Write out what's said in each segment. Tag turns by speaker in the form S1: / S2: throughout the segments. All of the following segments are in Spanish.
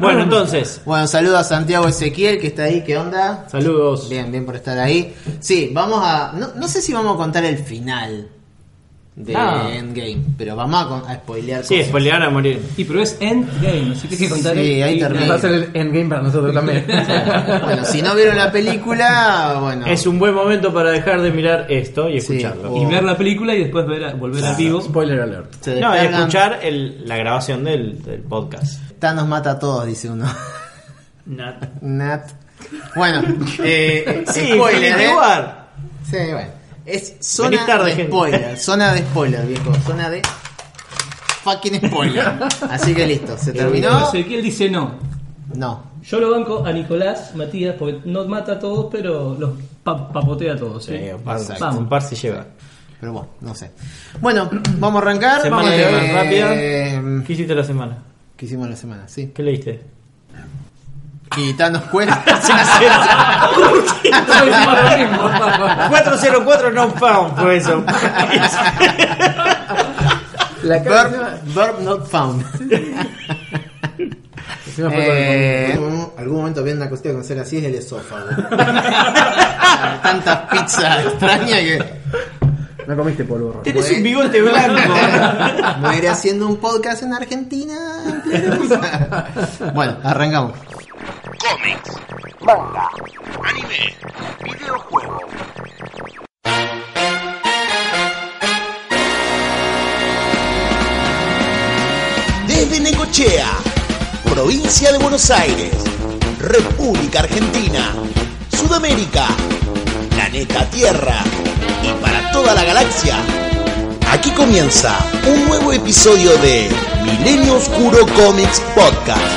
S1: Bueno, entonces,
S2: Bueno, saludos a Santiago Ezequiel que está ahí, ¿qué onda?
S1: saludos.
S2: Bien, bien por estar ahí. Sí, vamos a. No, no sé si vamos a contar el final de
S1: Ah.
S2: Endgame, pero vamos a, con- a spoilear
S1: Sí,
S2: cosas.
S1: spoilear a morir.
S3: Y pero es endgame, así que hay que contar.
S2: Sí, ahí
S3: y-
S2: termina.
S4: Va a ser el endgame para nosotros también.
S2: Bueno, si no vieron la película, bueno.
S1: Es un buen momento para dejar de mirar esto y
S2: Sí,
S1: escucharlo.
S2: o-
S3: Y ver la película y después ver a- volver al vivo.
S4: Spoiler alert.
S2: se
S1: No, y
S2: descargan,
S1: escuchar el- la grabación del, del podcast.
S2: Thanos mata a todos, dice uno.
S1: Nada.
S2: Nat. Bueno, eh,
S1: Sí,
S2: spoiler,
S1: Infinity
S2: ¿eh?
S1: War.
S2: Sí, bueno. Es zona
S1: Venís tarde,
S2: de
S1: gente.
S2: spoiler. Zona de spoiler, viejo. Zona de fucking spoiler. Así que listo,
S1: Eh,
S2: se terminó.
S3: Ezequiel dice no.
S2: No.
S5: Yo lo banco a Nicolás Matías porque no mata a todos, pero los pa- papotea a todos. ¿eh?
S1: Sí, un par-
S2: Exacto.
S1: un par se lleva.
S2: Pero bueno, no sé. Bueno, vamos a em. arrancar.
S1: Semana
S2: vamos
S1: de
S2: eh,
S1: rápida. ¿Qué hiciste la semana?
S2: ¿Qué hicimos la semana? Sí.
S1: ¿Qué leíste?
S2: Quitando cuenta.
S1: 404 no found, fue eso.
S4: La cara encima-
S2: Verb, verb not found.
S4: encima fue con-
S2: Eh, algún, algún momento viendo una cosita con ser así es el esófago. Tantas pizzas extrañas que.
S4: con- No comiste polvo, Ron.
S1: Tienes un bigote blanco.
S2: Muere haciendo un podcast en Argentina. en plena- bueno, arrancamos.
S6: cómics, manga, anime, videojuegos. Desde Necochea, provincia de Buenos Aires, República Argentina, Sudamérica, planeta Tierra y para toda la galaxia. Aquí comienza un nuevo episodio de Milenio Oscuro Comics Podcast.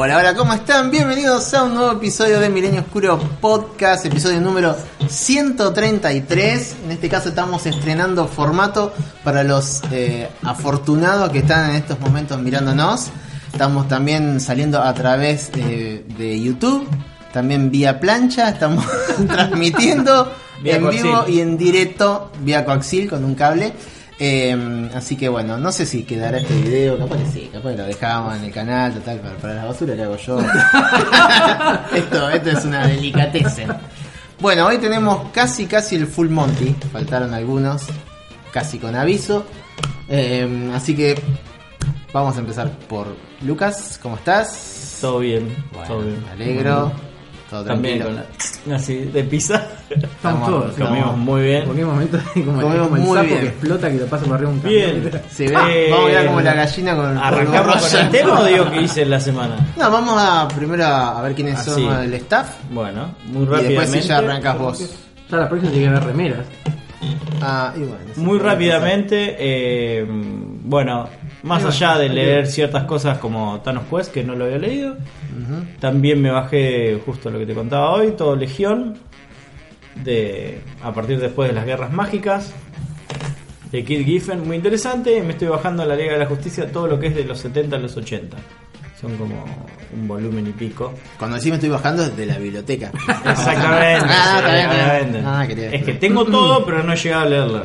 S2: Hola, hola, ¿cómo están? Bienvenidos a un nuevo episodio de Milenio Oscuro Podcast, episodio número 133. En este caso estamos estrenando formato para los eh, afortunados que están en estos momentos mirándonos. Estamos también saliendo a través eh, de YouTube, también vía plancha, estamos transmitiendo
S1: Vía
S2: en
S1: coaxil.
S2: vivo y en directo vía coaxil con un cable. Eh, así que bueno, no sé si quedará este video, capaz que sí, capaz que lo dejamos en el canal, total, para, para la basura que hago yo. esto, esto es una delicatessen. Bueno, hoy tenemos casi casi el full Monty, faltaron algunos, casi con aviso. Eh, así que vamos a empezar por Lucas, ¿cómo estás?
S1: Todo bien, todo bien.
S2: me alegro, todo
S1: También
S2: tranquilo.
S1: con la- así, de pizza.
S4: Estamos
S2: estamos-
S4: todos.
S2: estamos-
S1: Comimos muy
S4: Por
S1: bien.
S4: un momento como,
S2: Comemos
S4: como el
S2: muy
S4: sapo
S2: bien.
S4: que explota que lo pasa por arriba un camión.
S1: Bien. Eh,
S2: Sí, ve, Ah, vamos a mirar como la gallina con el
S1: ¿Arrancamos con
S2: polvorón.
S1: el tema o digo que hice en la semana?
S2: No, vamos a primero a, a ver quiénes
S1: Así.
S2: son el staff.
S1: Bueno, muy
S2: Y después
S1: Ah, rápidamente.
S2: si ya arrancas vos.
S4: Ya la próxima tiene que haber remeras.
S2: Ah, y bueno, eso
S1: Muy
S2: fue lo que
S1: rápidamente, eh, bueno, más allá de leer ciertas cosas como Thanos Quest, que no lo había leído, también me bajé justo lo que te contaba hoy, todo Legión, de a partir después de las Guerras Mágicas, de Kid Giffen, muy interesante, y me estoy bajando a la Liga de la Justicia todo lo que es de los 70 a los 80. Son como un volumen y pico.
S2: pasó. Cuando decís me estoy bajando es de la biblioteca.
S1: Exactamente.
S2: Ah, está bien, está bien.
S1: exactamente.
S2: Ah, quería- Mm.
S1: es que tengo todo, pero no he llegado a leerlo.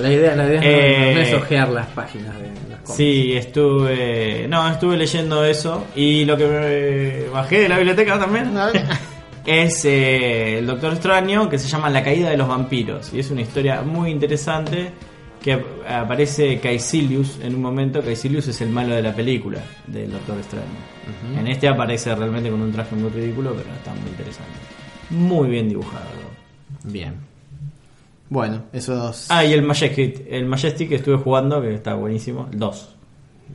S4: La idea, la idea
S1: Eh.
S4: no, no es ojear las páginas de las cosas.
S1: Sí, estuve. No, estuve leyendo eso. Y lo que me bajé de la biblioteca también
S2: No, no.
S1: es eh, el Doctor Extraño, que se llama La Caída de los Vampiros. Y es una historia muy interesante. Que ap- aparece Caecilius en un momento. Caecilius es el malo de la película del Doctor Extraño. En este aparece realmente con un traje muy ridículo, pero está muy interesante. Muy bien dibujado.
S2: Bien. Bueno, esos.
S1: Ah, y el Majestic, el Majestic que estuve jugando, que está buenísimo. El 2.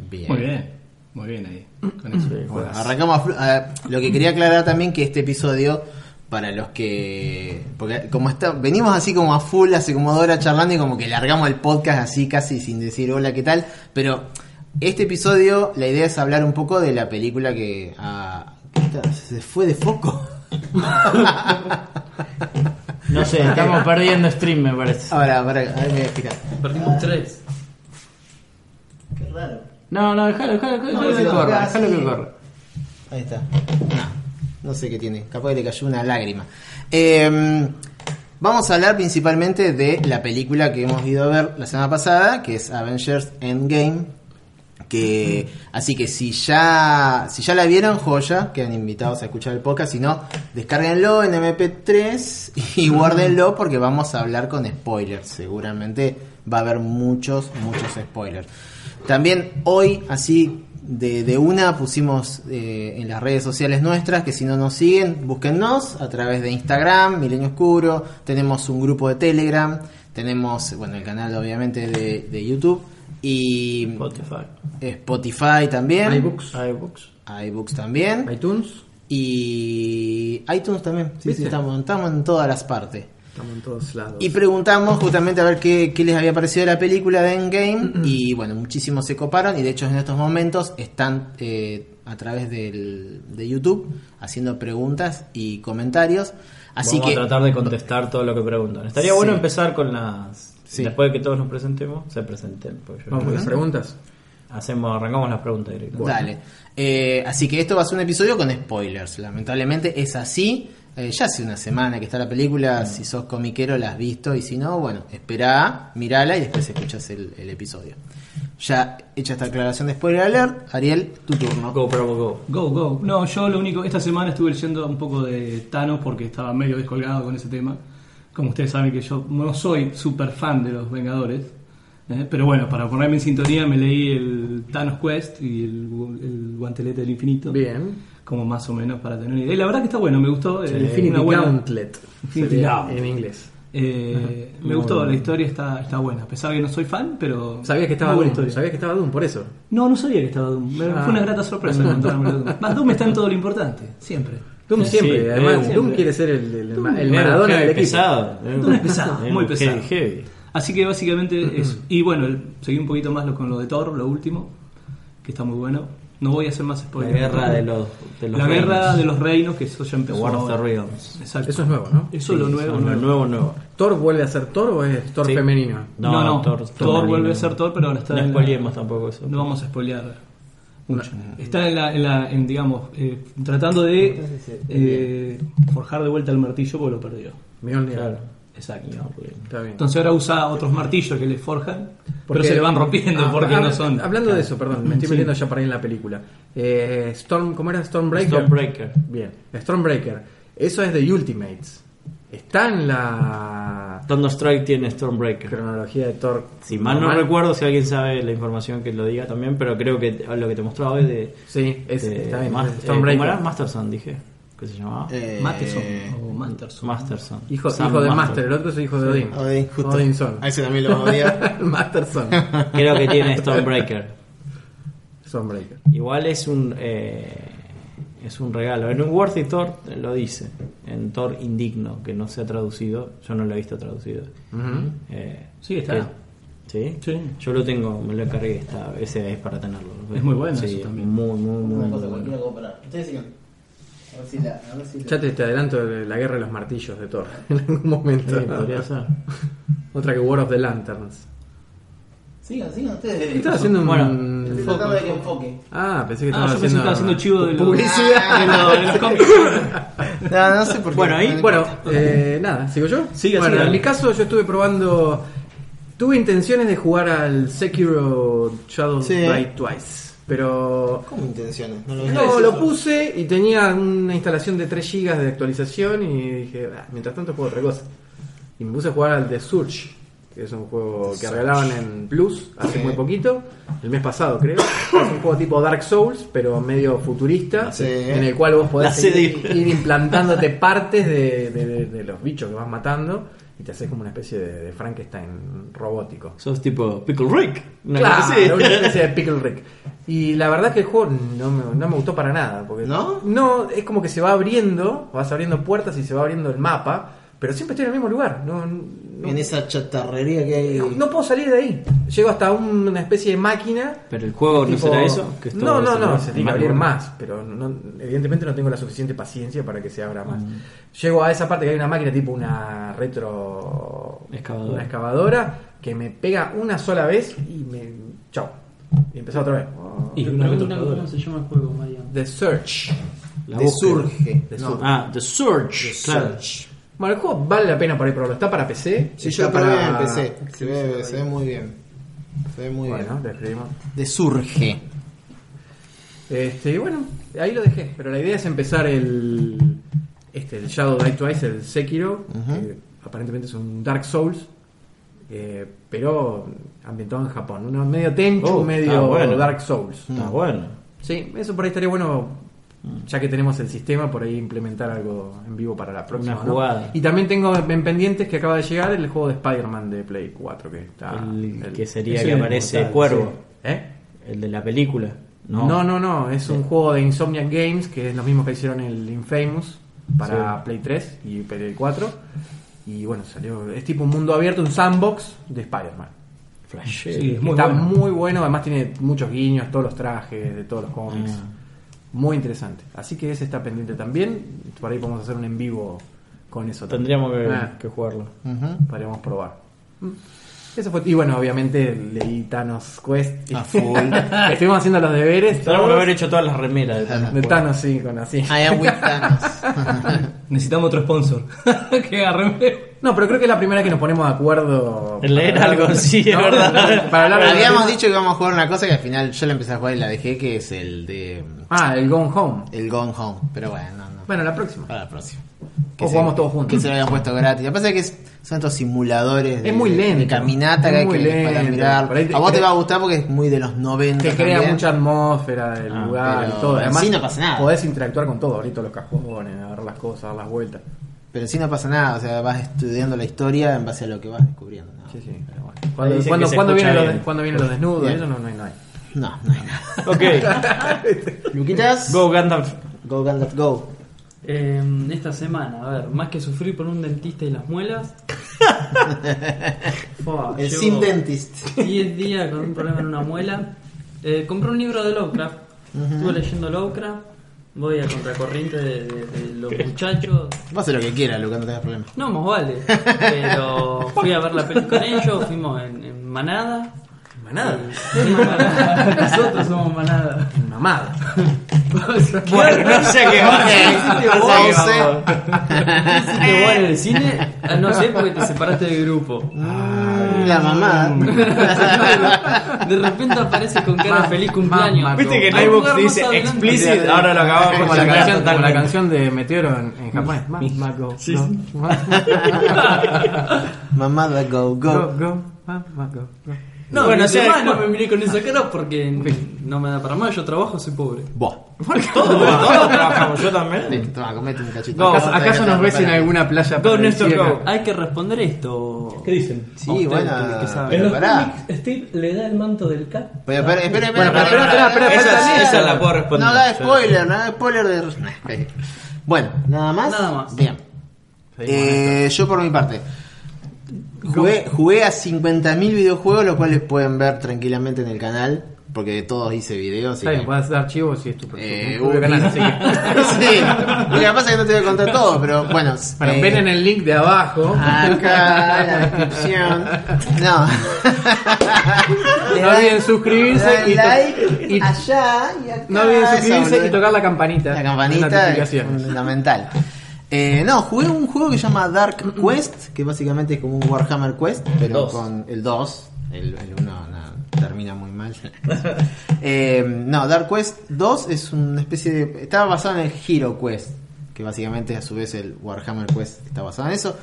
S2: Bien.
S3: Muy bien, muy bien ahí. Con eso.
S2: Bueno, arrancamos. a flu- a- lo que quería aclarar también que este episodio para los que. Porque como está, venimos así como a full hace como dos horas charlando y como que largamos el podcast así casi sin decir hola, ¿qué tal? Pero este episodio, la idea es hablar un poco de la película que. ah, ¿qué está? se fue de foco.
S1: No sé, estamos perdiendo stream, me parece.
S2: Ahora, para, a ver, me voy a fijar.
S5: Perdimos tres.
S2: Qué raro.
S1: No, no, déjalo, déjalo, déjalo
S2: No,
S1: que
S2: no,
S1: corra,
S2: acá
S1: déjalo
S2: sí.
S1: que corra.
S2: Ahí está. No, no sé qué tiene. Capaz que le cayó una lágrima. Eh, vamos a hablar principalmente de la película que hemos ido a ver la semana pasada, que es Avengers Endgame. Que, así que si ya, si ya la vieron, joya, quedan invitados a escuchar el podcast. Si no, descárguenlo en MP3 y guárdenlo porque vamos a hablar con spoilers. Seguramente va a haber muchos, muchos spoilers. También hoy, así de, de una, pusimos eh, en las redes sociales nuestras que si no nos siguen, búsquennos a través de Instagram, Milenio Oscuro. Tenemos un grupo de Telegram, tenemos, bueno, el canal obviamente de, de YouTube y
S1: Spotify.
S2: Spotify también.
S4: iBooks,
S1: iBooks.
S2: iBooks también.
S4: iTunes,
S2: Y iTunes también. Sí, sí,
S4: ¿Viste?
S2: estamos, estamos en todas las partes.
S4: estamos en todos lados.
S2: Y preguntamos justamente a ver qué, qué les había parecido la película de Endgame. Y bueno, muchísimos se coparon. Y de hecho, en estos momentos están eh, a través del, de YouTube haciendo preguntas y comentarios. Así
S1: Vamos
S2: que.
S1: a tratar de contestar todo lo que preguntan. Estaría bueno
S2: Sí.
S1: empezar con las.
S2: Sí.
S1: Después de que todos nos presentemos, se presenten. porque yo-
S4: Vamos con las preguntas.
S1: Hacemos, arrancamos las preguntas directamente.
S2: Dale. Eh, así que esto va a ser un episodio con spoilers. Lamentablemente es así. Eh, ya hace una semana que está la película. Si sos comiquero, la has visto. Y si no, bueno, espera, mirala y después escuchas el, el episodio. Ya hecha esta aclaración de spoiler alert, Ariel, tu turno.
S1: Go, Pro, go.
S5: Go, go. No, yo lo único, esta semana estuve leyendo un poco de Thanos porque estaba medio descolgado con ese tema. Como ustedes saben que yo no soy super fan de los Vengadores. ¿eh? Pero bueno, para ponerme en sintonía me leí el Thanos Quest y el, gu- el Guantelete del Infinito.
S4: Bien.
S5: Como más o menos para tener una idea. Y la verdad que está bueno, me gustó. eh,
S4: El Infinity
S5: una buena-
S4: Gauntlet.
S5: Infinity
S4: sería
S5: Gauntlet.
S4: En inglés.
S5: Eh, me
S1: Muy
S5: gustó,
S1: bueno.
S5: la historia está, está buena. A pesar de que no soy fan, pero.
S4: Sabías que estaba
S5: muy buena
S4: Doom. Sabías que estaba Doom, por eso.
S5: No, no sabía que estaba Doom. Me-
S4: Ah.
S5: Fue una grata sorpresa encontrarme Doom. Más Doom está en todo lo importante, siempre.
S4: Doom
S1: Sí,
S4: siempre.
S1: sí,
S4: además,
S1: Doom.
S4: Doom quiere ser el, el, el
S1: Eh,
S4: Maradona
S1: heavy,
S4: del equipo.
S1: pesado. Eh,
S5: Doom es pesado,
S1: eh,
S5: muy
S1: heavy,
S5: pesado.
S1: heavy.
S5: Así que básicamente eso. Y bueno, el- seguí un poquito más lo- con lo de Thor, lo último, que está muy bueno. No voy a hacer más
S1: La
S5: spoilers.
S1: guerra de los. De los
S5: La guerra
S1: reinos.
S5: de los reinos, que eso ya
S1: The
S5: empezó.
S1: War of the
S5: ahora.
S1: Realms.
S5: Exacto.
S4: Eso es nuevo, ¿no?
S5: Eso es lo nuevo,
S1: Lo
S5: nuevo.
S1: nuevo, nuevo.
S4: ¿Thor vuelve a ser Thor o es Thor
S1: Sí.
S4: femenino?
S5: No, no, Thor, vuelve a ser Thor, pero ahora está
S1: No
S5: en la-
S1: spoileemos tampoco eso.
S5: No vamos a spoilear mucho. Está en la, en la- en, digamos, eh, tratando de eh, forjar de vuelta el martillo porque lo perdió.
S4: Mjolnir.
S1: Claro.
S5: Exacto.
S4: Está bien.
S5: Entonces ahora usa otros martillos que le forjan, pero
S4: Porque-
S5: se le van rompiendo
S4: Ah,
S5: porque
S4: habla-
S5: no son.
S4: Hablando de eso, perdón, me estoy metiendo ya para ahí en la película. Eh, Storm, ¿Cómo era Stormbreaker?
S1: Stormbreaker.
S4: Bien, Stormbreaker. Eso es de Ultimates. Está en la
S1: Thunderstrike tiene Stormbreaker.
S4: cronología de Thor.
S1: Si mal no
S4: normal.
S1: recuerdo, si alguien sabe la información que lo diga también, pero creo que te- lo que te mostraba hoy de.
S4: Sí, es,
S1: de
S4: está bien.
S1: Mas- eh, ¿Cómo
S4: Stormbreaker.
S1: era? Masterson, dije. ¿Qué se llamaba?
S2: Eh,
S5: Mateson o Masterson.
S1: Masterson.
S4: hijo
S1: Sam
S4: hijo de
S1: Masterson.
S4: Master, el otro es hijo de Odin.
S2: Odin, justo.
S4: Odinson.
S2: A ese también lo vas a odiar.
S4: Masterson.
S1: Creo que tiene Stormbreaker.
S4: Stormbreaker.
S1: Igual es un eh, es un regalo. En un Worthy Thor lo dice. En Thor Indigno, que no se ha traducido. Yo no lo he visto traducido.
S4: Ujú.
S1: Eh,
S5: Sí, está.
S1: que- ¿Sí?
S5: Sí.
S1: Yo lo tengo, me lo encargué esta ese es para tenerlo.
S5: Es muy bueno
S1: Sí,
S5: eso también.
S1: Muy, muy, muy,
S2: Una
S1: muy
S2: cosa que
S1: bueno.
S2: quiero comprar. Ustedes sigan. A ver si la. A ver si la-
S4: Ya te, te adelanto de la guerra de los martillos de Thor en algún
S1: Sí,
S4: momento.
S1: podría ser.
S4: Otra que War of the Lanterns.
S2: Sigan, sigan ustedes.
S4: Estaba haciendo un.
S1: Bueno,
S2: Estoy tratando de que enfoque.
S4: Ah, pensé que
S5: Ah,
S4: estaba
S5: yo pensé que
S4: haciendo.
S5: estaba haciendo chivo de los-
S4: publicidad.
S5: De lo- de los cómics.
S2: No, no sé
S6: Ah,
S2: por qué.
S4: Bueno, ahí, bueno, eh, nada, ¿sigo yo?
S5: Siga,
S4: bueno,
S5: siga.
S4: en mi caso yo estuve probando. Tuve intenciones de jugar al Sekiro Shadow
S2: Sí.
S4: Die Twice, pero.
S2: Como intenciones. No lo veo.
S4: No, lo puse y tenía una instalación de 3 GB de actualización y dije, "Ah, mientras tanto juego otra cosa. Y me puse a jugar al The Surge, que es un juego que regalaban en Plus hace
S2: Sí.
S4: muy poquito, el mes pasado creo. es un juego tipo Dark Souls, pero medio futurista,
S2: Sí.
S4: en el cual vos
S1: La
S4: podés
S1: CD.
S4: ir, ir implantándote partes de, de- de- de los bichos que vas matando. y te haces como una especie de, de Frankenstein robótico.
S1: Sos tipo Pickle Rick. Una
S4: claro,
S1: cosa así.
S4: una especie de Pickle Rick. Y la verdad que el juego no me, no me gustó para nada. Porque
S2: ¿No?
S4: No, es como que se va abriendo, vas abriendo puertas y se va abriendo el mapa, pero siempre estoy en el mismo lugar. No, no-
S2: En esa chatarrería que hay.
S4: no- no puedo salir de ahí. Llego hasta un- una especie de máquina.
S1: Pero el juego no
S4: tipo-
S1: será eso. Que es todo
S4: no, no,
S1: celular,
S4: no, se tiene que abrir
S1: bueno.
S4: más, pero no- no- evidentemente no tengo la suficiente paciencia para que se abra más.
S1: Mm.
S4: Llego a esa parte que hay una máquina tipo una retro
S1: Excavadora.
S4: una excavadora que me pega una sola vez y me chao. Y empezó otra vez.
S5: Y
S7: Me
S5: una
S7: preguntan
S5: computadora.
S7: cómo se llama el juego, Marian.
S4: The Search.
S1: La
S2: te
S1: búsqueda.
S2: surge.
S4: Te
S2: no,
S4: surge.
S1: Ah, The Surge. claro.
S4: Bueno, el juego vale la pena por ahí probarlo. Está para PC.
S2: Sí,
S4: está
S2: yo
S4: para
S2: para... empecé. Se ve, se ve muy bien. Se ve muy
S4: Bueno,
S2: bien.
S4: lo escribimos.
S2: De surge.
S4: Este, y bueno, ahí lo dejé. Pero la idea es empezar el. Este, el Shadow Die Twice, el Sekiro. que aparentemente es un Dark Souls. eh, pero ambientado en Japón. Uno medio Tenchu,
S1: Oh,
S4: medio
S1: ah, bueno. Mm.
S4: Dark Souls.
S1: Está bueno.
S4: Sí, eso por ahí estaría bueno.
S1: Mm.
S4: Ya que tenemos el sistema, por ahí implementar algo en vivo para la próxima.
S1: Una
S4: ¿no?
S1: jugada.
S4: Y también tengo en pendientes que acaba de llegar el juego de Spider-Man de Play 4. Que está.
S1: Ah, El que sería
S4: es
S1: que
S4: el
S1: aparece
S4: inmortal,
S1: Cuervo.
S4: sí. ¿Eh?
S1: El de la película. No.
S4: No. no, no, Es un juego de Insomniac Games, que es lo mismo que hicieron el Infamous para Play 3 y Play 4. Y bueno, salió. Es tipo un mundo abierto, un sandbox de Spider-Man.
S1: Flash.
S5: Sí, es muy
S4: Está
S5: bueno.
S4: muy bueno, además tiene muchos guiños, todos los trajes, de todos los cómics. Muy interesante. Así que ese está pendiente también. Por ahí podemos hacer un en vivo con eso. también.
S1: Tendríamos que,
S4: Ah.
S1: que jugarlo.
S2: Ujú.
S4: Podríamos probar. Mm. Eso fue. Y bueno, obviamente leí Thanos Quest.
S2: A full.
S4: Estuvimos haciendo los deberes.
S1: Tenemos que Ah,
S4: todos.
S1: haber hecho todas las remeras de Thanos.
S4: De Thanos, sí, con así.
S2: I am with Thanos.
S5: Necesitamos otro sponsor. que agarre.
S4: No, pero creo que es la primera que nos ponemos de acuerdo.
S1: En leer algo, sí, es verdad.
S4: Para hablar de-
S2: Habíamos dicho que íbamos a jugar una cosa que al final yo la empecé a jugar y la dejé, que es el de.
S4: Ah, el Gone Home.
S2: El Gone Home. Pero bueno, no, no.
S4: Bueno, la próxima.
S2: Para la próxima.
S4: O jugamos todos
S2: Ah,
S4: juntos.
S2: Que se lo habían puesto gratis. Lo que pasa es que es- son estos simuladores de,
S4: Es muy lento.
S2: de caminata
S4: Es
S2: que hay
S4: muy
S2: que para
S4: lento.
S2: mirar.
S4: Por ahí te
S2: a vos te
S4: crea-
S2: va a gustar porque es muy de los 90.
S4: Te crea
S2: también.
S4: mucha atmósfera del
S2: Ah,
S4: lugar
S2: pero
S4: y todo.
S2: en
S4: Además,
S2: sí no pasa nada.
S4: podés interactuar con todo, ahorita los cajones, agarrar las cosas, dar las vueltas.
S2: Pero si no pasa nada, o sea, vas estudiando la historia en base a lo que vas descubriendo. No,
S4: Sí, sí.
S2: Pero bueno.
S4: Cuando,
S1: dicen
S4: cuando,
S1: que se
S4: cuando
S1: escucha
S4: vienen los,
S1: bien.
S4: de- cuando vienen los desnudos,
S2: Bien.
S4: eso no, no hay, no hay.
S2: no, no hay nada.
S1: Ok,
S2: Luquitas,
S1: Go Gandalf.
S2: go Gandalf, go.
S7: Eh, esta semana, a ver, más que sufrir por un dentista y las muelas. Fua,
S2: El
S7: llevo
S2: Sim Dentist.
S7: 10 días con un problema en una muela. Eh, compré un libro de Lovecraft. Estuve leyendo Lovecraft. Voy a contracorriente de, de- de los muchachos.
S2: Vos haces lo que quieras, Luca, no tengas problema.
S7: No, más vale. Pero fui a ver la película con ellos, fuimos en, en manada.
S4: Manada.
S7: Sí, manada. Nosotros somos manada.
S4: Mamada.
S1: Bueno, no sé qué va a
S2: Ok,
S1: hacer. No sé qué va
S2: o sea,
S1: a hacer.
S7: ¿Hiciste vos en el cine? Ah, no sé, porque te separaste del grupo.
S2: Mm, La mamá.
S7: De repente aparece con cara
S4: Ma-
S7: feliz cumpleaños.
S4: ma-
S1: Viste que en
S7: Ay,
S1: iBooks
S7: vamos
S1: dice
S7: adelante.
S1: explicit, ahora lo acabamos
S4: Como
S7: Ah,
S1: de
S4: la,
S1: cambiar
S4: canción, como la
S1: totalmente.
S4: canción de Meteoro en, en japonés. Ma- ma- go, no.
S2: Mamada, go,
S4: Go,
S2: go.
S4: go, ma- ma- go, go.
S7: No,
S1: Bueno,
S7: bueno,
S1: o sea,
S7: no me miré con esa cara porque no me da para más, yo trabajo, soy pobre.
S2: Buah.
S1: Todos trabajamos, yo también.
S2: Listo, toma, comete un cachito.
S4: ¿Acaso, acaso nos ves en alguna playa?
S1: Go, Néstor,
S4: paradisíaca?
S1: go.
S7: Hay que responder esto.
S5: ¿Qué dicen?
S7: Sí,
S2: Sí,
S7: ustedes,
S2: bueno,
S7: ustedes que saben.
S5: En
S2: Pero
S5: los
S2: pará.
S5: cómics, Steve le da el manto del Cap.
S2: Pero espera, espera, espera,
S4: Bueno, pero espera, espera, espera,
S1: Esa,
S4: espera.
S1: esa la puedo responder.
S2: No haga
S1: Yo-
S2: spoiler, no haga spoiler de. Bueno, nada más.
S7: Nada más.
S2: Bien. Eh, yo por mi parte. Jugué, jugué a 50.000 videojuegos, los cuales pueden ver tranquilamente en el canal, porque de todos hice videos. así
S4: Está bien,
S2: que-
S4: puedes dar archivos si es tu tu- tu
S2: Eh, Ubi.
S4: propio canal, así que-
S2: sí. Lo que pasa es que no te voy a contar todo, pero bueno.
S4: Bueno,
S2: eh,
S4: ven en el link de abajo.
S2: Acá, en la descripción. No.
S4: No olviden suscribirse
S2: y
S4: y to-
S2: like
S4: y-
S2: allá y acá.
S4: No olviden
S2: Ah, Esa
S4: suscribirse y
S2: boludez.
S4: tocar la campanita.
S2: La
S4: de
S2: campanita es
S4: notificaciones.
S2: fundamental. Eh, no, jugué un juego que se llama Dark Quest, que básicamente es como un Warhammer Quest, pero
S1: Dos.
S2: con el 2. El 1 termina muy mal. Eh, no, Dark Quest 2 es una especie de... Estaba basado en el Hero Quest, que básicamente a su vez el Warhammer Quest está basado en eso.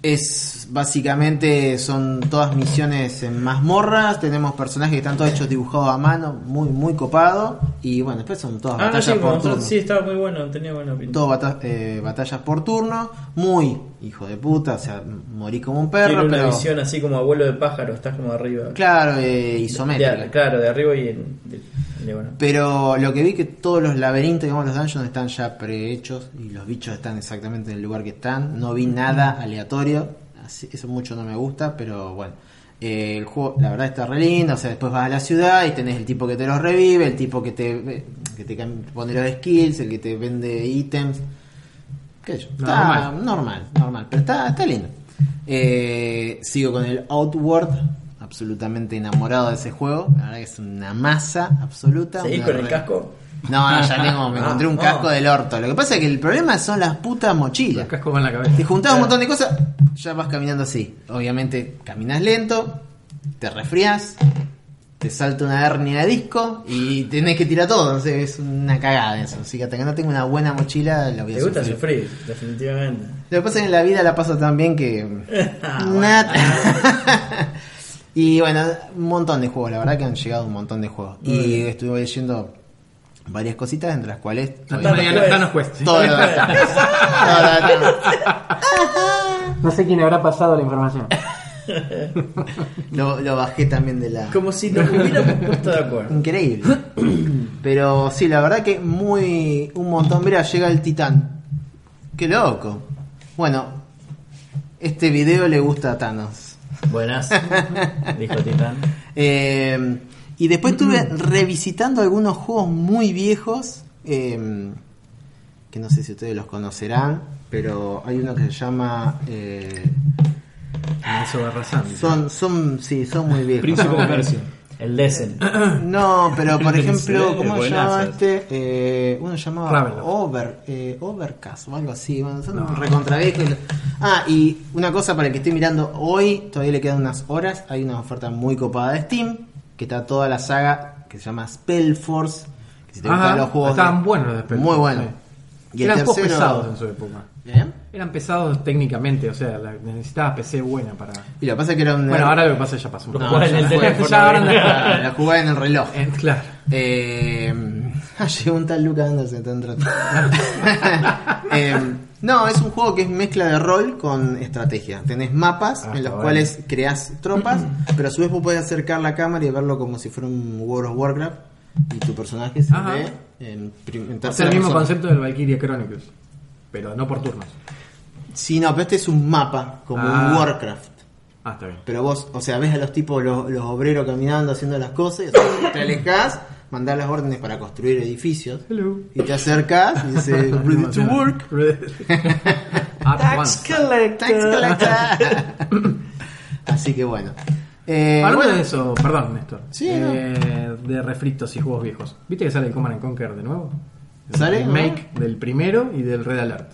S2: Es básicamente son todas misiones en mazmorras, tenemos personajes que están todos hechos dibujados a mano, muy muy copado y bueno, después son todas
S7: Ah, no,
S2: batallas
S7: sí,
S2: por
S7: cuando-
S2: turno.
S7: sí, estaba muy bueno, tenía buena pinta.
S2: Todo bata- eh, batallas por turno, muy hijo de puta, o sea, morí como un
S7: Tiene
S2: perro,
S7: una
S2: pero
S7: visión así como abuelo de pájaro, estás como arriba.
S2: claro, eh,
S7: De
S2: isométrica.
S7: ar- claro, de arriba y en, de- de- bueno.
S2: Pero lo que vi que todos los laberintos, digamos, los dungeons están ya prehechos y los bichos están exactamente en el lugar que están. No vi nada aleatorio, así- eso mucho no me gusta, pero bueno. Eh, el juego, la verdad, está re lindo. O sea, después vas a la ciudad y tenés el tipo que te los revive, el tipo que te, eh, que te cam- pone los skills, el que te vende ítems. ¿Qué sé yo? Está normal.
S4: Normal.
S2: normal, pero está, está lindo. Eh, sigo con el Outward, absolutamente enamorado de ese juego. La verdad que es una masa absoluta.
S7: ¿Seguís
S2: una
S7: con el
S2: re-
S7: casco?
S2: No, no, ya tengo, me
S7: Ah,
S2: encontré un
S7: no.
S2: casco del orto. Lo que pasa es que el problema son las putas mochilas.
S4: El casco va en la cabeza.
S2: Te juntás un montón de cosas, ya vas caminando así. Obviamente caminas lento, te resfrías, te salta una hernia de disco y tenés que tirar todo. Entonces es una cagada eso. Así que hasta que no tengo una buena mochila, la voy a
S7: Te gusta
S2: sufrir.
S7: sufrir, definitivamente.
S2: Lo que pasa es que en la vida la paso tan bien que.
S7: Ah,
S2: Nada. y bueno, un montón de juegos, la verdad que han llegado un montón de juegos. Y estuve leyendo varias cositas, entre las cuales.
S4: Ah,
S2: obviamente,
S7: Quest.
S4: Thanos Quest.
S2: Todo lo de Thanos. Todo lo de Thanos.
S8: No sé quién habrá pasado la información.
S2: Lo, lo bajé también de la.
S7: Como si nos hubiéramos puesto de acuerdo.
S2: Increíble. Pero sí, la verdad que muy. Un montón. Mira, llega el titán. Qué loco. Bueno, este video le gusta a Thanos.
S1: Buenas, dijo Titán.
S2: Eh, y después estuve revisitando algunos juegos muy viejos, eh, que no sé si ustedes los conocerán, pero hay uno que se llama... eh,
S4: Me hizo barrasante.
S2: son, son, sí, son muy viejos.
S5: Príncipe
S2: Son-
S5: de Persia.
S1: El Desen.
S2: No, pero por ejemplo,
S1: Sí,
S2: ¿cómo se
S1: buenazo.
S2: llamaba este? Eh, uno llamaba
S4: Ravenloft.
S2: Over, eh, Overcast o algo así. Bueno, son recontraviejos y lo- Ah, y una cosa para el que esté mirando hoy, todavía le quedan unas horas. Hay una oferta muy copada de Steam, que está toda la saga que se llama Spellforce. Que si te
S4: Ajá,
S2: gustan los juegos.
S4: estaban buenos de Spellforce,
S2: Muy buenos.
S4: sí.
S2: Y el
S4: Eran juegos
S2: tercero-
S4: pesados en su época.
S2: ¿Eh?
S4: Eran pesados técnicamente, o sea, la- necesitabas PC buena para.
S2: Y lo que pasa es que era un.
S4: Bueno, ahora lo que pasa es que ya pasó un
S2: No,
S4: poco.
S2: ya
S4: Ya
S2: fue,
S4: fue,
S2: fue
S4: ya ahora
S2: por-
S4: anda-
S2: la jugaba en el reloj.
S4: Eh, Claro.
S2: Eh, llegó un tal Lucas Anderson, te entró. Eh, no, es un juego que es mezcla de rol con estrategia. Tenés mapas
S4: Ah,
S2: en los
S4: está
S2: cuales creas tropas, pero a su vez vos podés acercar la cámara y verlo como si fuera un World of Warcraft y tu personaje se
S4: Ajá.
S2: ve en, prim- en
S4: Es el
S2: tercera
S4: mismo
S2: persona.
S4: concepto del Valkyria Chronicles, pero no por turnos.
S2: Sí, no, pero este es un mapa, como un
S4: Ah.
S2: Warcraft.
S4: Ah, está bien.
S2: Pero vos, o sea, ves a los tipos, los, los obreros caminando, haciendo las cosas, y o sea, te alejás, mandás las órdenes para construir edificios,
S4: Hello.
S2: y te acercás y dices, ready to work.
S4: At once.
S2: Tax collector. Así que bueno. Eh,
S4: Hablando
S2: bueno,
S4: de eso, perdón, Néstor.
S2: Sí,
S4: Eh, De refritos y juegos viejos. ¿Viste que sale el Command and Conquer de nuevo? El
S2: ¿Sale?
S4: Remake del primero y del Red Alert.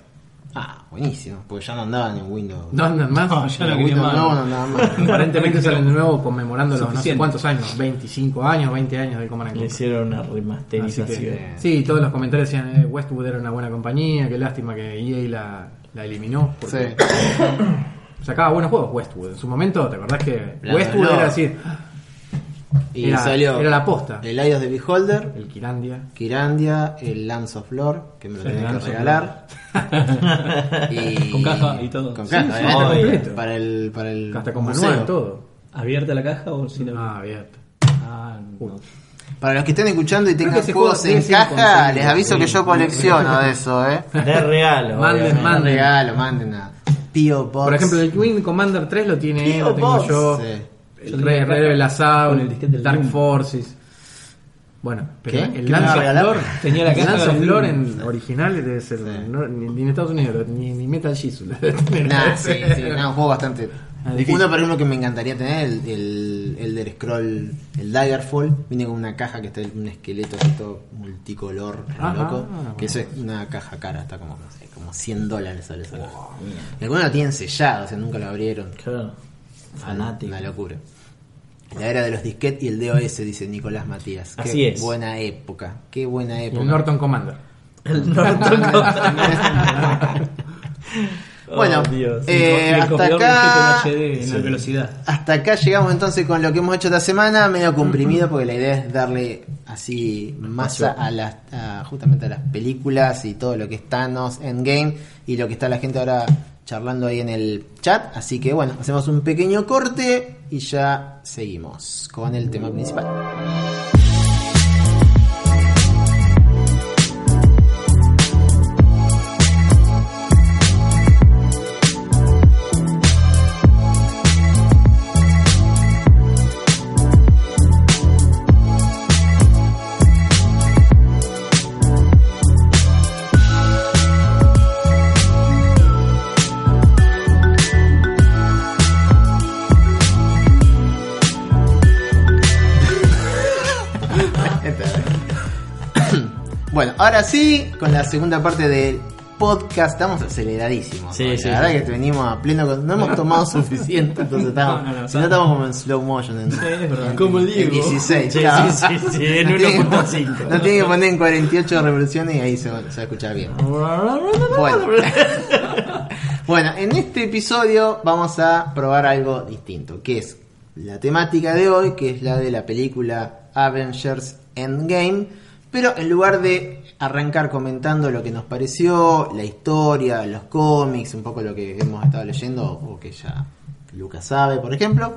S2: Ah, buenísimo, porque ya no andaban en Windows.
S4: No andan más.
S5: No, ya
S2: En
S5: no quería
S2: Windows
S5: más.
S2: nuevo no andaban más.
S4: Aparentemente salen de nuevo conmemorando los no sé
S5: Suficiente.
S4: cuántos años, 25 años, 20 años del Command and
S1: Le
S4: Conquer.
S1: hicieron una
S4: Así
S1: remasterización.
S4: que, sí, todos los comentarios decían eh, Westwood era una buena compañía, qué lástima que EA la, la eliminó. Porque
S2: Sí.
S4: Sacaba buenos juegos Westwood. En su momento, ¿te acordás que
S2: La
S4: Westwood
S2: ganó.
S4: era "Ah, decir
S2: Y
S4: Era-
S2: salió
S4: era la posta.
S2: El Ios de Beholder,
S4: el Kirandia?
S2: Kirandia, el Lance of Lore, que me lo
S4: El
S2: tenés que
S4: Lance of
S2: regalar. y...
S5: Con caja y todo.
S2: Con
S5: Sí,
S2: caja,
S4: sí,
S2: eh,
S4: está
S2: obvio,
S4: completo.
S2: Para el, para el
S4: Hasta con
S2: museo.
S4: manual, todo.
S5: ¿Abierta la caja o sin abrir?
S4: Ah, abierto.
S5: Ah, no.
S2: Para los que estén escuchando y tengan
S4: que ese
S2: juegos
S4: juego
S2: en
S4: debe ser
S2: caja,
S4: inconcebible.
S2: les aviso que yo colecciono de eso, eh.
S1: De regalo.
S4: Manden,
S1: obviamente.
S4: manden.
S2: regalo, manden a P.O. Box.
S4: Por ejemplo, el Queen Commander 3 lo tiene él, lo tengo
S2: Box.
S4: yo.
S2: Sí.
S4: El Re- Rebel Assault,
S5: Con el disquete del
S4: Dark
S5: Doom.
S4: Forces. Bueno, pero
S2: ¿Qué? Ah,
S4: el
S2: ¿Qué me va a
S4: Lance of
S2: regalar?
S4: Lore,
S5: Tenía la
S4: el
S5: caja
S4: Lance
S5: del
S4: of Lore
S5: Doom.
S4: en original debe ser,
S2: Sí.
S4: no, ni, ni en Estados Unidos, ni, ni Metal Jesus. lo debe tener.
S2: Nah, sí, sí, no, un juego bastante.
S4: Ah, difícil.
S2: Uno, por ejemplo, que me encantaría tener, el, el Elder Scroll, el Daggerfall, viene con una caja que está un esqueleto así todo multicolor, re
S4: Ajá,
S2: loco,
S4: bueno.
S2: que eso es una caja cara, está como, no sé, como 100 dólares sale esa caja. Y algunos lo tienen sellado, o sea, nunca lo abrieron.
S1: Claro. Fanático.
S2: Una locura. La era de los disquetes y el DOS, dice Nicolás Matías. Qué
S1: Así es.
S2: buena época, qué buena
S4: Y
S2: época.
S4: el Norton Commander.
S1: El Norton Commander.
S2: Bueno,
S1: Dios.
S2: eh,
S3: El
S2: hasta
S3: configurador
S2: acá.
S3: del GT en HD en la velocidad.
S2: Hasta acá llegamos entonces con lo que hemos hecho esta semana, medio comprimido, porque la idea es darle así masa a las a- justamente a las películas y todo lo que es Thanos, Endgame y lo que está la gente ahora charlando ahí en el chat. Así que bueno, hacemos un pequeño corte y ya seguimos con el tema principal. Bueno, ahora sí, con la segunda parte del podcast, estamos aceleradísimos.
S1: Sí,
S2: hoy.
S1: sí,
S2: la verdad
S1: sí.
S2: que venimos a pleno, con- no hemos tomado suficiente, entonces estamos,
S3: No, no, no,
S2: si no estamos como en slow motion. En,
S1: Como
S2: en
S1: el Diego.
S2: 16,
S1: Sí,
S2: claro.
S1: sí, sí, sí, en
S2: Nos tiene que-
S1: 1.5.
S2: Nos tiene que poner en 48 revoluciones y ahí se, va- se va a escuchar bien. Bueno. bueno, en este episodio vamos a probar algo distinto, que es la temática de hoy, que es la de la película Avengers Endgame, pero en lugar de arrancar comentando lo que nos pareció, la historia, los cómics, un poco lo que hemos estado leyendo o que ya Lucas sabe, por ejemplo,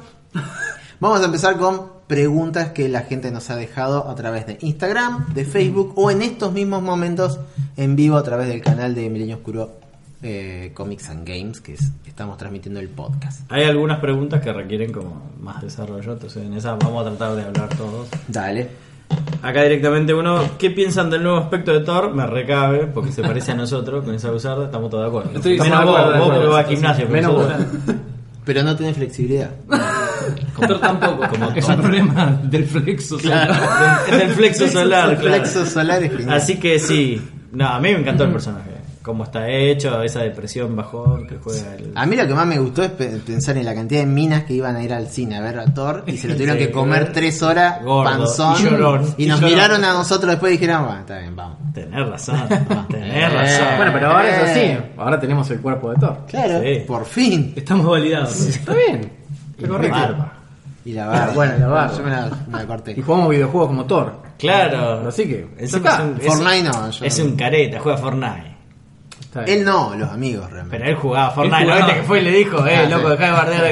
S2: Vamos a empezar con preguntas que la gente nos ha dejado a través de Instagram, de Facebook o en estos mismos momentos en vivo a través del canal de Milenio Oscuro eh, Comics and Games, que es- estamos transmitiendo el podcast.
S1: Hay algunas preguntas que requieren como más desarrollo, entonces en esas vamos a tratar de hablar todos.
S2: Dale.
S1: Acá directamente uno, ¿qué piensan del nuevo aspecto de Thor? Me recabe, porque se parece a nosotros, con esa usarda, estamos todos de acuerdo.
S3: Estoy-
S1: menos
S3: estamos de
S1: vos,
S3: acuerdo, de
S1: vos que
S3: acuerdo.
S1: vas al gimnasio.
S4: Menos
S1: pero
S4: vos.
S1: nosotros-
S2: Pero no tenés flexibilidad.
S3: Thor tampoco.
S1: como
S3: es
S1: Thor.
S3: el problema del flexo.
S1: Es el flexo solar,
S2: El
S1: claro.
S2: flexo solar es genial.
S1: Así que sí, no, a mí me encantó el personaje, cómo está hecho, esa depresión bajón que juega el...
S2: A mí lo que más me gustó es pe- pensar en la cantidad de minas que iban a ir al cine a ver a Thor y se lo tuvieron
S1: Sí,
S2: que comer
S1: ¿verdad?
S2: tres horas
S1: Gordo,
S2: panzón
S1: y llorón,
S2: y
S1: y
S2: nos
S1: llorón.
S2: miraron a nosotros después y dijeron, bueno, está bien, vamos.
S1: Tenés razón, tenés
S2: Eh,
S1: razón.
S4: Bueno, pero ahora es
S2: Eh.
S4: así. Ahora tenemos el cuerpo de Thor.
S2: Claro,
S1: Sí.
S2: por fin.
S3: Estamos validados.
S4: Está bien. Está correcto.
S1: Barba.
S2: Y la barba.
S4: Bueno, la barba.
S2: Yo me la, me la corté.
S4: Y jugamos videojuegos como Thor.
S1: Claro.
S4: Así que,
S1: Encima
S4: ya está.
S1: un-
S2: Fortnite no, yo
S1: Es
S2: no.
S1: un careta, juega Fortnite.
S4: Está bien.
S2: Él no, los amigos realmente.
S1: Pero él jugaba a Fortnite.
S3: Él jugaba.
S1: La gente Ah, que fue y le dijo, eh,
S2: Ah,
S1: loco,
S2: sí.
S1: dejá de bardear.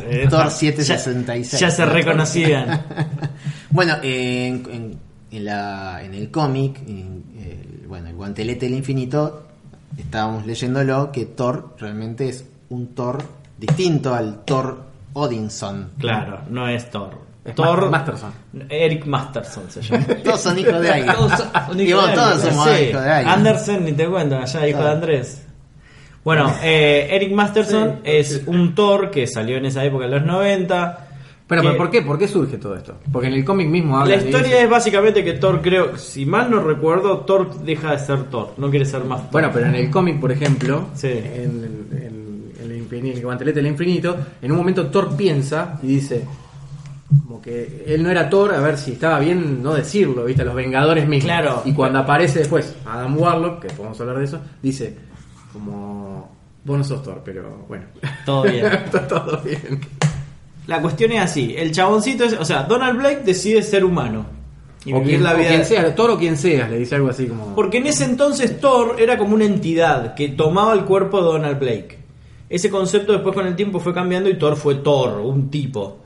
S1: que- eh,
S2: Thor
S1: ya-
S2: 766.
S1: Ya, se reconocían.
S2: bueno, eh, en, en- en la, en el cómic, en el- bueno, el guantelete del infinito, estábamos leyéndolo que Thor realmente es un Thor distinto al Thor Odinson.
S1: Claro, no es Thor.
S4: Es
S1: Thor.
S4: Ma- Masterson.
S1: Eric Masterson se llama.
S2: Todos son hijos de aire.
S3: Todos son hijos
S2: y vos,
S3: de
S2: todos
S3: aire,
S2: somos
S1: Sí,
S2: hijos de aire.
S1: Anderson, ni te cuento, allá hijo de
S2: Claro.
S1: Andrés. Bueno, eh, Eric Masterson es un Thor que salió en esa época, en los 90.
S4: Pero, pero
S1: que-
S4: ¿por qué? ¿Por qué surge todo esto? Porque en el cómic mismo habla
S1: La
S4: de
S1: historia
S4: eso.
S1: es básicamente que Thor, creo, si mal no recuerdo, Thor deja de ser Thor, no quiere ser más Thor.
S4: Bueno, pero en el cómic, por ejemplo,
S1: Sí.
S4: en, en- en el, infin- el guantelete del infinito, en un momento Thor piensa y dice, como que él no era Thor, a ver si estaba bien no decirlo, ¿viste? A los Vengadores mismos.
S1: Claro.
S4: Y cuando aparece después Adam Warlock, que podemos hablar de eso, dice, como, vos no sos Thor, pero bueno.
S1: Todo bien.
S4: Está todo bien.
S1: La cuestión es así, el chaboncito es, o sea, Donald Blake decide ser humano y
S4: o
S1: vivir
S4: quien,
S1: la
S4: o
S1: vida.
S4: quien sea, Thor o quien sea, le dice algo así como...
S1: Porque en ese entonces Thor era como una entidad que tomaba el cuerpo de Donald Blake. Ese concepto después con el tiempo fue cambiando y Thor fue Thor, un tipo.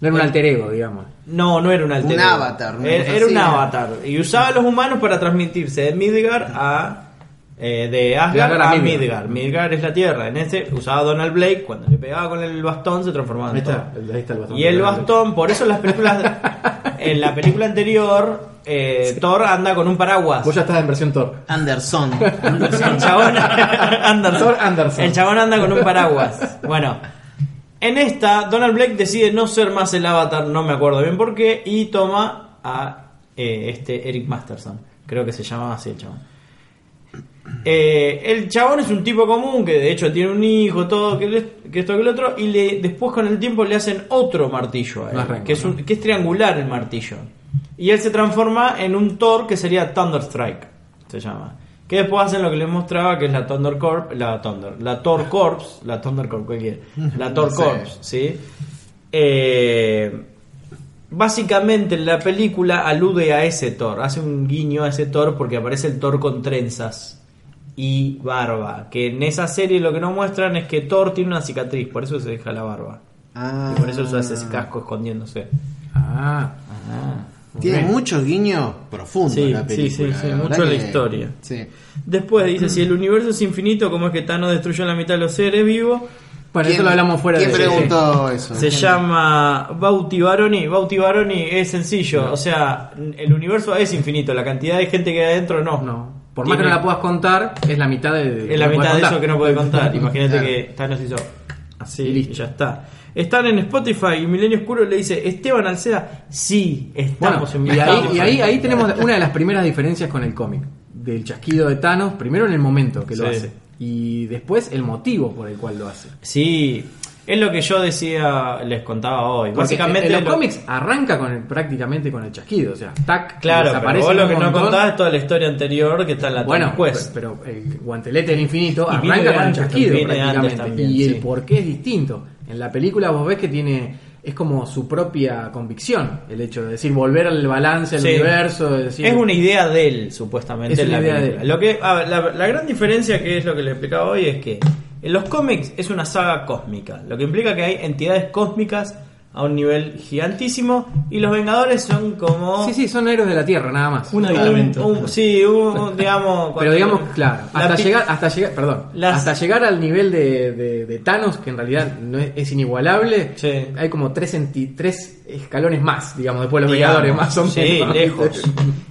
S4: no era un alter ego, digamos.
S1: No, no era un alter
S2: Un
S1: ego.
S2: avatar, una
S1: Era,
S2: cosa
S1: era
S2: así.
S1: un avatar. Y usaba a los humanos para transmitirse de Midgar a. eh, de Asgard
S4: Asgard a
S1: a
S4: Midgard.
S1: Midgar. Midgar es la tierra. En ese usaba a Donald Blake. Cuando le pegaba con el bastón se transformaba en
S4: Ahí está,
S1: Thor.
S4: ahí está el bastón.
S1: Y el bastón, por eso en las películas. en la película anterior, eh, Thor anda con un paraguas.
S4: Vos ya estás en versión Thor.
S2: Anderson.
S1: El chabón Anderson.
S4: Thor Anderson.
S1: El chabón anda con un paraguas. Bueno, en esta, Donald Blake decide no ser más el avatar, no me acuerdo bien por qué, y toma a eh, este Eric Masterson. Creo que se llamaba así el chabón. Eh, el chabón es un tipo común que de hecho tiene un hijo, todo, que, le- que esto, que el otro, y le, después con el tiempo le hacen otro martillo a él,
S4: Más rango,
S1: que, es un-
S4: ¿no?
S1: que es triangular el martillo. Y él se transforma en un Thor que sería Thunderstrike, se llama. Que después hacen lo que les mostraba, que es la Thunder Corp, la Thunder, la Thor Corps, la Thunder Corp, cualquiera, la Thor
S2: No sé.
S1: Corps, ¿sí? Eh, básicamente la película alude a ese Thor, hace un guiño a ese Thor porque aparece el Thor con trenzas y barba, que en esa serie lo que no muestran es que Thor tiene una cicatriz, por eso se deja la barba.
S2: Ah.
S1: Y por eso usa ese casco escondiéndose.
S4: Ah,
S2: Tiene mucho guiño profundo
S1: Sí,
S2: la
S1: sí,
S2: película.
S1: sí, sí,
S2: verdad
S1: mucho la
S2: que-
S1: historia.
S2: Sí.
S1: Después dice, si el universo es infinito, ¿cómo es que Thanos destruyó la mitad de los seres vivos?
S4: bueno,
S2: ¿Quién-
S4: eso lo hablamos fuera
S2: ¿Quién
S4: de
S2: preguntó eso?
S1: Se llama Bauti Baroni. Bauti Baroni es sencillo, o sea, el universo es infinito, la cantidad de gente que hay adentro no.
S4: No, por más que no
S1: Tiene-
S4: la puedas contar, es la mitad de.
S1: Es la
S4: que
S1: mitad
S4: puedes
S1: de eso
S4: contar.
S1: que no puede contar. Imagínate
S2: Claro.
S1: que Thanos hizo así
S4: Y Ah. listo.
S1: y ya está. Están en Spotify y Milenio Oscuro le dice, Esteban Alceda, sí,
S4: Bueno,
S1: estamos
S4: y
S1: en
S4: ahí,
S1: Spotify.
S4: y ahí, ahí tenemos una de las primeras diferencias con el cómic. Del chasquido de Thanos, primero en el momento que lo
S1: Sí.
S4: hace. Y después el motivo por el cual lo hace.
S1: Sí, es lo que yo decía, les contaba hoy.
S4: Porque
S1: Básicamente
S4: en los
S1: lo-
S4: cómics arranca con el, prácticamente con el chasquido. O sea, tac,
S1: Claro, pero
S4: desaparece
S1: vos
S4: un
S1: lo que no
S4: montón.
S1: contás es toda la historia anterior que está en la
S4: Bueno,
S1: Thanos Quest.
S4: pero pero el guantelete del infinito
S1: pues, Y viene
S4: arranca
S1: de
S4: con el
S1: antes,
S4: chasquido
S1: viene de antes
S4: prácticamente.
S1: también,
S4: y el
S1: sí.
S4: por qué es distinto. En la película vos ves que tiene. Es como su propia convicción. El hecho de decir, volver al balance del
S1: Sí.
S4: universo. de decir,
S1: Es una idea de él, supuestamente.
S4: Es
S1: en
S4: una
S1: la
S4: idea de
S1: película.
S4: él.
S1: Lo que, a ver, la, la gran diferencia que es lo que le explicaba hoy es que en los cómics es una saga cósmica, lo que implica que hay entidades cósmicas a un nivel gigantísimo y los Vengadores son como...
S4: Sí, sí, son héroes de la Tierra, nada más.
S5: Un
S1: un,
S5: aditamento.
S1: un- sí, un- un, digamos...
S4: Pero
S1: cuando-
S4: digamos, claro,
S1: la
S4: hasta
S1: pi-
S4: llegar, hasta llegar, perdón,
S1: Las-
S4: hasta llegar al nivel de, de- de Thanos, que en realidad no es, es inigualable,
S1: Sí.
S4: hay como tres, enti- tres escalones más, digamos, después de los
S1: Digamos,
S4: Vengadores, más o menos.
S1: Sí, lejos.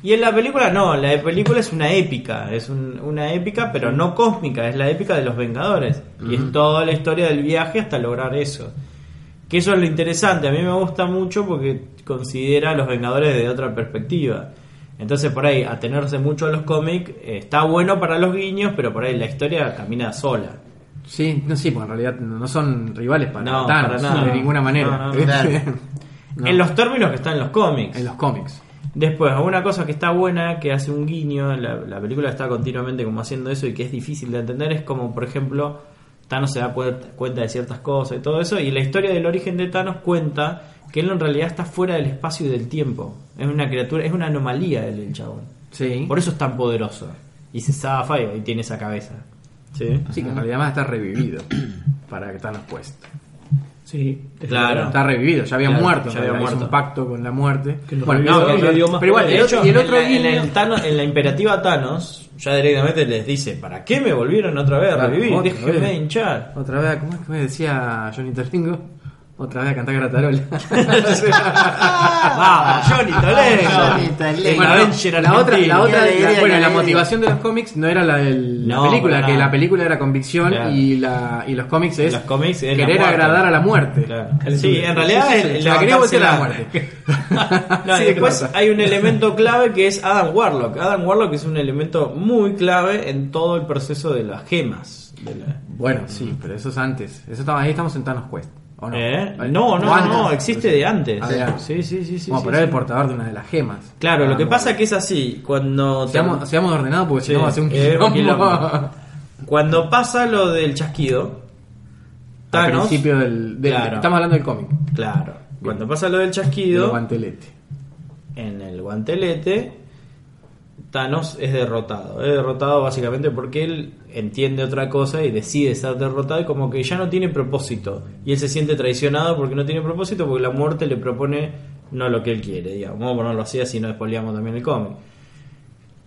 S1: Y en la película no, la película es una épica, es un- una épica pero no cósmica, es la épica de los Vengadores. Y es toda la historia del viaje hasta lograr eso. Que eso es lo interesante, a mí me gusta mucho porque considera a los Vengadores desde otra perspectiva. Entonces por ahí, atenerse mucho a los cómics, eh, está bueno para los guiños, pero por ahí la historia camina sola.
S4: Sí, no, sí, porque en realidad no son rivales para
S1: No,
S4: Thanos,
S1: para nada.
S4: de ninguna manera.
S1: No, no, claro.
S4: No,
S1: En los términos que están en los cómics.
S4: en los cómics.
S1: Después, una cosa que está buena, que hace un guiño, la, la película está continuamente como haciendo eso y que es difícil de entender, es como, por ejemplo, Thanos se da cuer- cuenta de ciertas cosas y todo eso, y la historia del origen de Thanos cuenta que él en realidad está fuera del espacio y del tiempo. Es una criatura, es una anomalía el, el chabón.
S4: Sí.
S1: Por eso es tan poderoso. Y se zafa y y tiene esa cabeza. Sí.
S4: Sí, que en realidad más está revivido para que Thanos puesto.
S5: Sí, es
S1: Claro.
S5: verdad.
S4: Está revivido, ya había
S1: Claro,
S4: muerto,
S1: ya
S4: ya había
S1: había
S4: un
S1: muerto.
S4: pacto con la muerte.
S5: Que lo
S4: Bueno,
S5: revivió,
S4: no,
S5: que
S4: pero-
S5: le dio más
S4: pero igual,
S1: De
S4: el otro-
S1: hecho,
S4: y el otro
S1: en, la, en
S4: guiño-
S1: el Thanos- en la imperativa Thanos, ya directamente les dice, ¿para qué me volvieron otra vez a
S4: Claro,
S1: revivir?
S4: otra
S1: Déjenme
S4: vez.
S1: hinchar.
S4: Otra vez, ¿cómo es que me decía Johnny Terlingo? Otra vez a cantar Gratarola.
S1: Vamos, Johnny Toledo.
S2: Johnny Toledo.
S1: El
S4: Bueno, no,
S1: Avenger
S4: la otra,
S1: argentino.
S4: la otra,
S2: Qué alegría,
S4: la- bueno,
S2: qué
S4: la
S2: alegría.
S4: motivación de los cómics no era la de la
S1: No,
S4: película,
S1: para
S4: que
S1: nada.
S4: la película era convicción
S1: Claro.
S4: y la y los cómics es
S1: Los cómics es la
S4: querer
S1: muerte.
S4: agradar a la muerte.
S1: Claro. Sí, en realidad
S4: Sí,
S1: es
S4: sí, sí.
S1: el-
S4: la quería voltear a la
S1: levantársela.
S4: muerte.
S1: No,
S4: Sí,
S1: y después
S4: claro.
S1: hay un elemento clave que es Adam Warlock. Adam Warlock es un elemento muy clave en todo el proceso de las gemas. De la-
S4: Bueno, sí, pero eso es antes. Eso estaba, ahí estamos en Thanos Quest, ¿o no?
S1: ¿Eh? No, no,
S4: ¿O
S1: no,
S4: antes?
S1: no, existe de antes.
S4: Ah, de antes.
S1: Sí, sí, sí, sí.
S4: Bueno,
S1: sí,
S4: pero era
S1: sí.
S4: el portador de una de las gemas.
S1: Claro, lo
S4: Ah,
S1: que
S4: bueno.
S1: pasa que es así, cuando...
S4: Seamos, seamos ordenados porque
S1: Sí,
S4: si no va a ser un
S1: eh, un
S4: quilombo.
S1: quilombo. Cuando pasa lo del chasquido,
S4: Al
S1: Thanos...
S4: principio del, del-
S1: Claro.
S4: Estamos hablando del cómic.
S1: Claro. Cuando pasa lo del
S4: Del
S1: chasquido,
S4: guantelete.
S1: en el guantelete, Thanos es derrotado. Es derrotado básicamente porque él entiende otra cosa y decide estar derrotado y como que ya no tiene propósito. Y él se siente traicionado porque no tiene propósito, porque la muerte le propone no lo que él quiere, digamos. Vamos a ponerlo así, así no despoleamos también el cómic.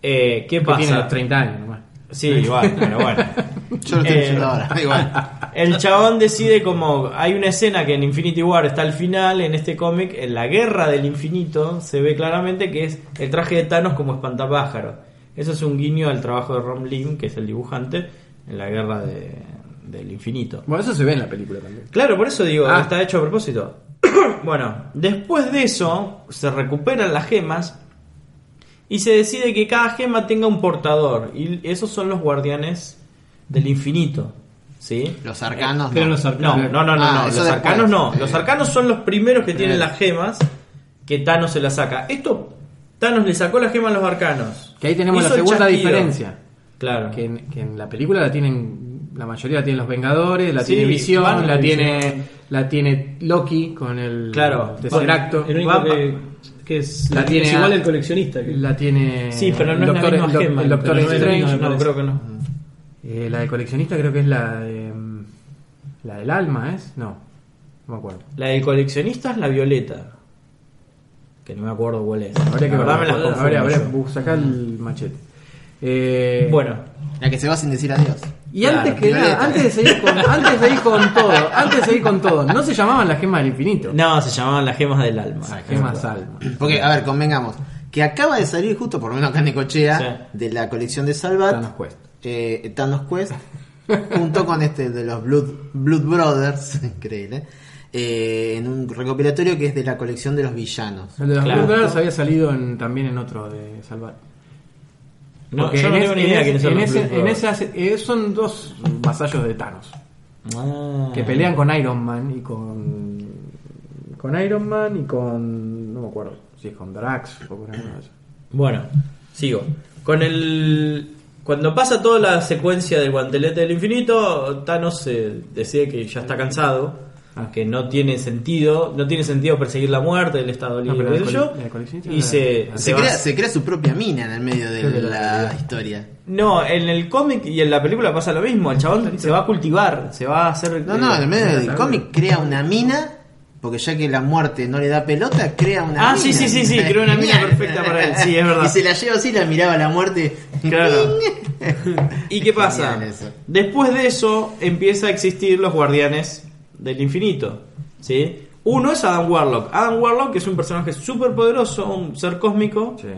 S1: Eh, ¿Qué
S4: Que tiene
S1: pasa?
S4: los 30 años nomás.
S1: Sí, igual, pero bueno.
S2: Yo lo estoy
S1: Eh,
S2: diciendo ahora, igual.
S1: El chabón decide como hay una escena que en Infinity War está al final en este cómic, en la guerra del infinito se ve claramente que es el traje de Thanos como espantapájaro. Eso es un guiño al trabajo de Ron Lim, que es el dibujante, en la guerra de- del infinito.
S4: Bueno, eso se ve en la película también.
S1: Claro, por eso digo,
S4: Ah.
S1: está hecho a propósito. bueno, después de eso, se recuperan las gemas y se decide que cada gema tenga un portador. Y esos son los guardianes del infinito. ¿Sí?
S2: Los arcanos.
S5: Pero
S2: no.
S5: los
S1: No, no,
S5: arcanos.
S1: no, no,
S2: Ah,
S1: no,
S2: eso
S1: Los
S2: después.
S1: arcanos no. Los
S2: Eh.
S1: arcanos son los primeros que
S4: Eh.
S1: tienen
S2: Bien.
S1: las gemas que Thanos se las saca. Esto, Thanos le sacó la gema a los arcanos.
S4: Que ahí tenemos
S1: Hizo
S4: la
S1: el
S4: segunda
S1: chasquido.
S4: diferencia.
S1: Claro.
S4: Que en, que en la película la tienen, la mayoría la tienen los Vengadores, la
S1: Sí,
S4: tiene Visión,
S1: van-
S4: la tiene, la tiene Loki con el
S1: Claro.
S4: Tesseracto,
S3: El único
S1: Va-
S3: que, que es,
S4: La tiene
S3: es igual
S4: a-
S3: el coleccionista. que-
S4: la tiene
S1: Sí, pero no
S4: el Doctor,
S1: es la misma
S4: el
S1: gema.
S4: doc- el Doctor
S1: pero no es la
S4: Strange,
S1: misma,
S4: me
S1: no,
S4: parece.
S1: creo que no.
S4: Eh, la de coleccionista creo que es la de, mm, la del alma, ¿es? No, no me acuerdo.
S1: La del coleccionista es la violeta. Que no me acuerdo cuál es.
S4: Habría que
S1: La verdad
S4: ver.
S1: me las confundo
S4: Habría- habría-
S1: yo.
S4: bu- sacá el machete. Eh,
S1: Bueno,
S2: La que se va sin decir adiós.
S4: Y
S1: Claro,
S4: antes que
S2: violeta.
S4: nada, antes de seguir con, antes de seguir con todo, antes de seguir con todo, no se llamaban las gemas del infinito.
S1: no, se llamaban las gemas del alma.
S4: Las gemas alma.
S2: Porque, a ver, convengamos. Que acaba de salir justo, por lo menos acá en Necochea,
S1: Sí.
S2: de la colección de Salvat.
S4: Thanos Quest.
S2: eh, Thanos Quest. junto con este de los Blood, Blood Brothers. Increíble. eh, en un recopilatorio que es de la colección de los villanos.
S4: El de los
S1: Claro.
S4: Blood Brothers había salido en- también en otro de Salvar.
S1: No,
S4: Porque
S1: yo no
S4: en
S1: tengo
S4: es-
S1: ni idea
S4: en
S1: quiénes
S4: ese-
S1: son
S4: en
S1: los
S4: ese-
S1: Blue
S4: en
S1: Brothers.
S4: ese hace- eh, son dos vasallos de Thanos
S1: Ah.
S4: que pelean con Iron Man y con con Iron Man y con no me acuerdo si es con Drax o con alguno de esos.
S1: Bueno, sigo. Con el. Cuando pasa toda la secuencia del guantelete del infinito, Thanos eh, decide que ya está cansado,
S4: Ah.
S1: que no tiene sentido, no tiene sentido perseguir la muerte, él está dolido
S4: pero
S1: de
S4: la
S1: ello,
S4: cole- la coleccionista
S1: y
S4: era-
S1: se,
S4: Ah.
S1: se
S2: Se
S1: va-
S2: crea, se crea su propia mina en el medio de
S4: Creo que
S2: la,
S4: la-
S2: historia.
S1: No, en el cómic y en la película pasa lo mismo, el chabón se va a cultivar, se va a hacer...
S2: No, no, en el medio
S4: eh,
S2: del
S4: claro.
S2: cómic crea una mina. Porque ya que la muerte no le da pelota, crea una mina.
S1: Ah, sí, sí, sí, sí, crea una mina perfecta para él, sí, es verdad.
S2: Y se la lleva así, la miraba la muerte.
S1: Claro. ¿Y qué pasa?
S2: Genial eso.
S1: Después de eso empieza a existir los guardianes del infinito. ¿sí? Uno es Adam Warlock. Adam Warlock es un personaje súper poderoso, un ser cósmico
S4: Sí.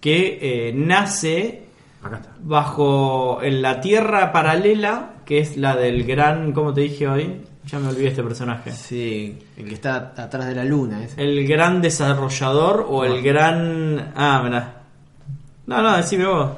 S1: que eh, nace
S4: Acá está.
S1: bajo en la tierra paralela, que es la del gran, ¿cómo te dije hoy? Ya me olvidé este personaje.
S2: Sí, el que está at- atrás de la luna. Ese.
S1: El gran desarrollador o el gran... Ah, mirá. No, no, decime vos.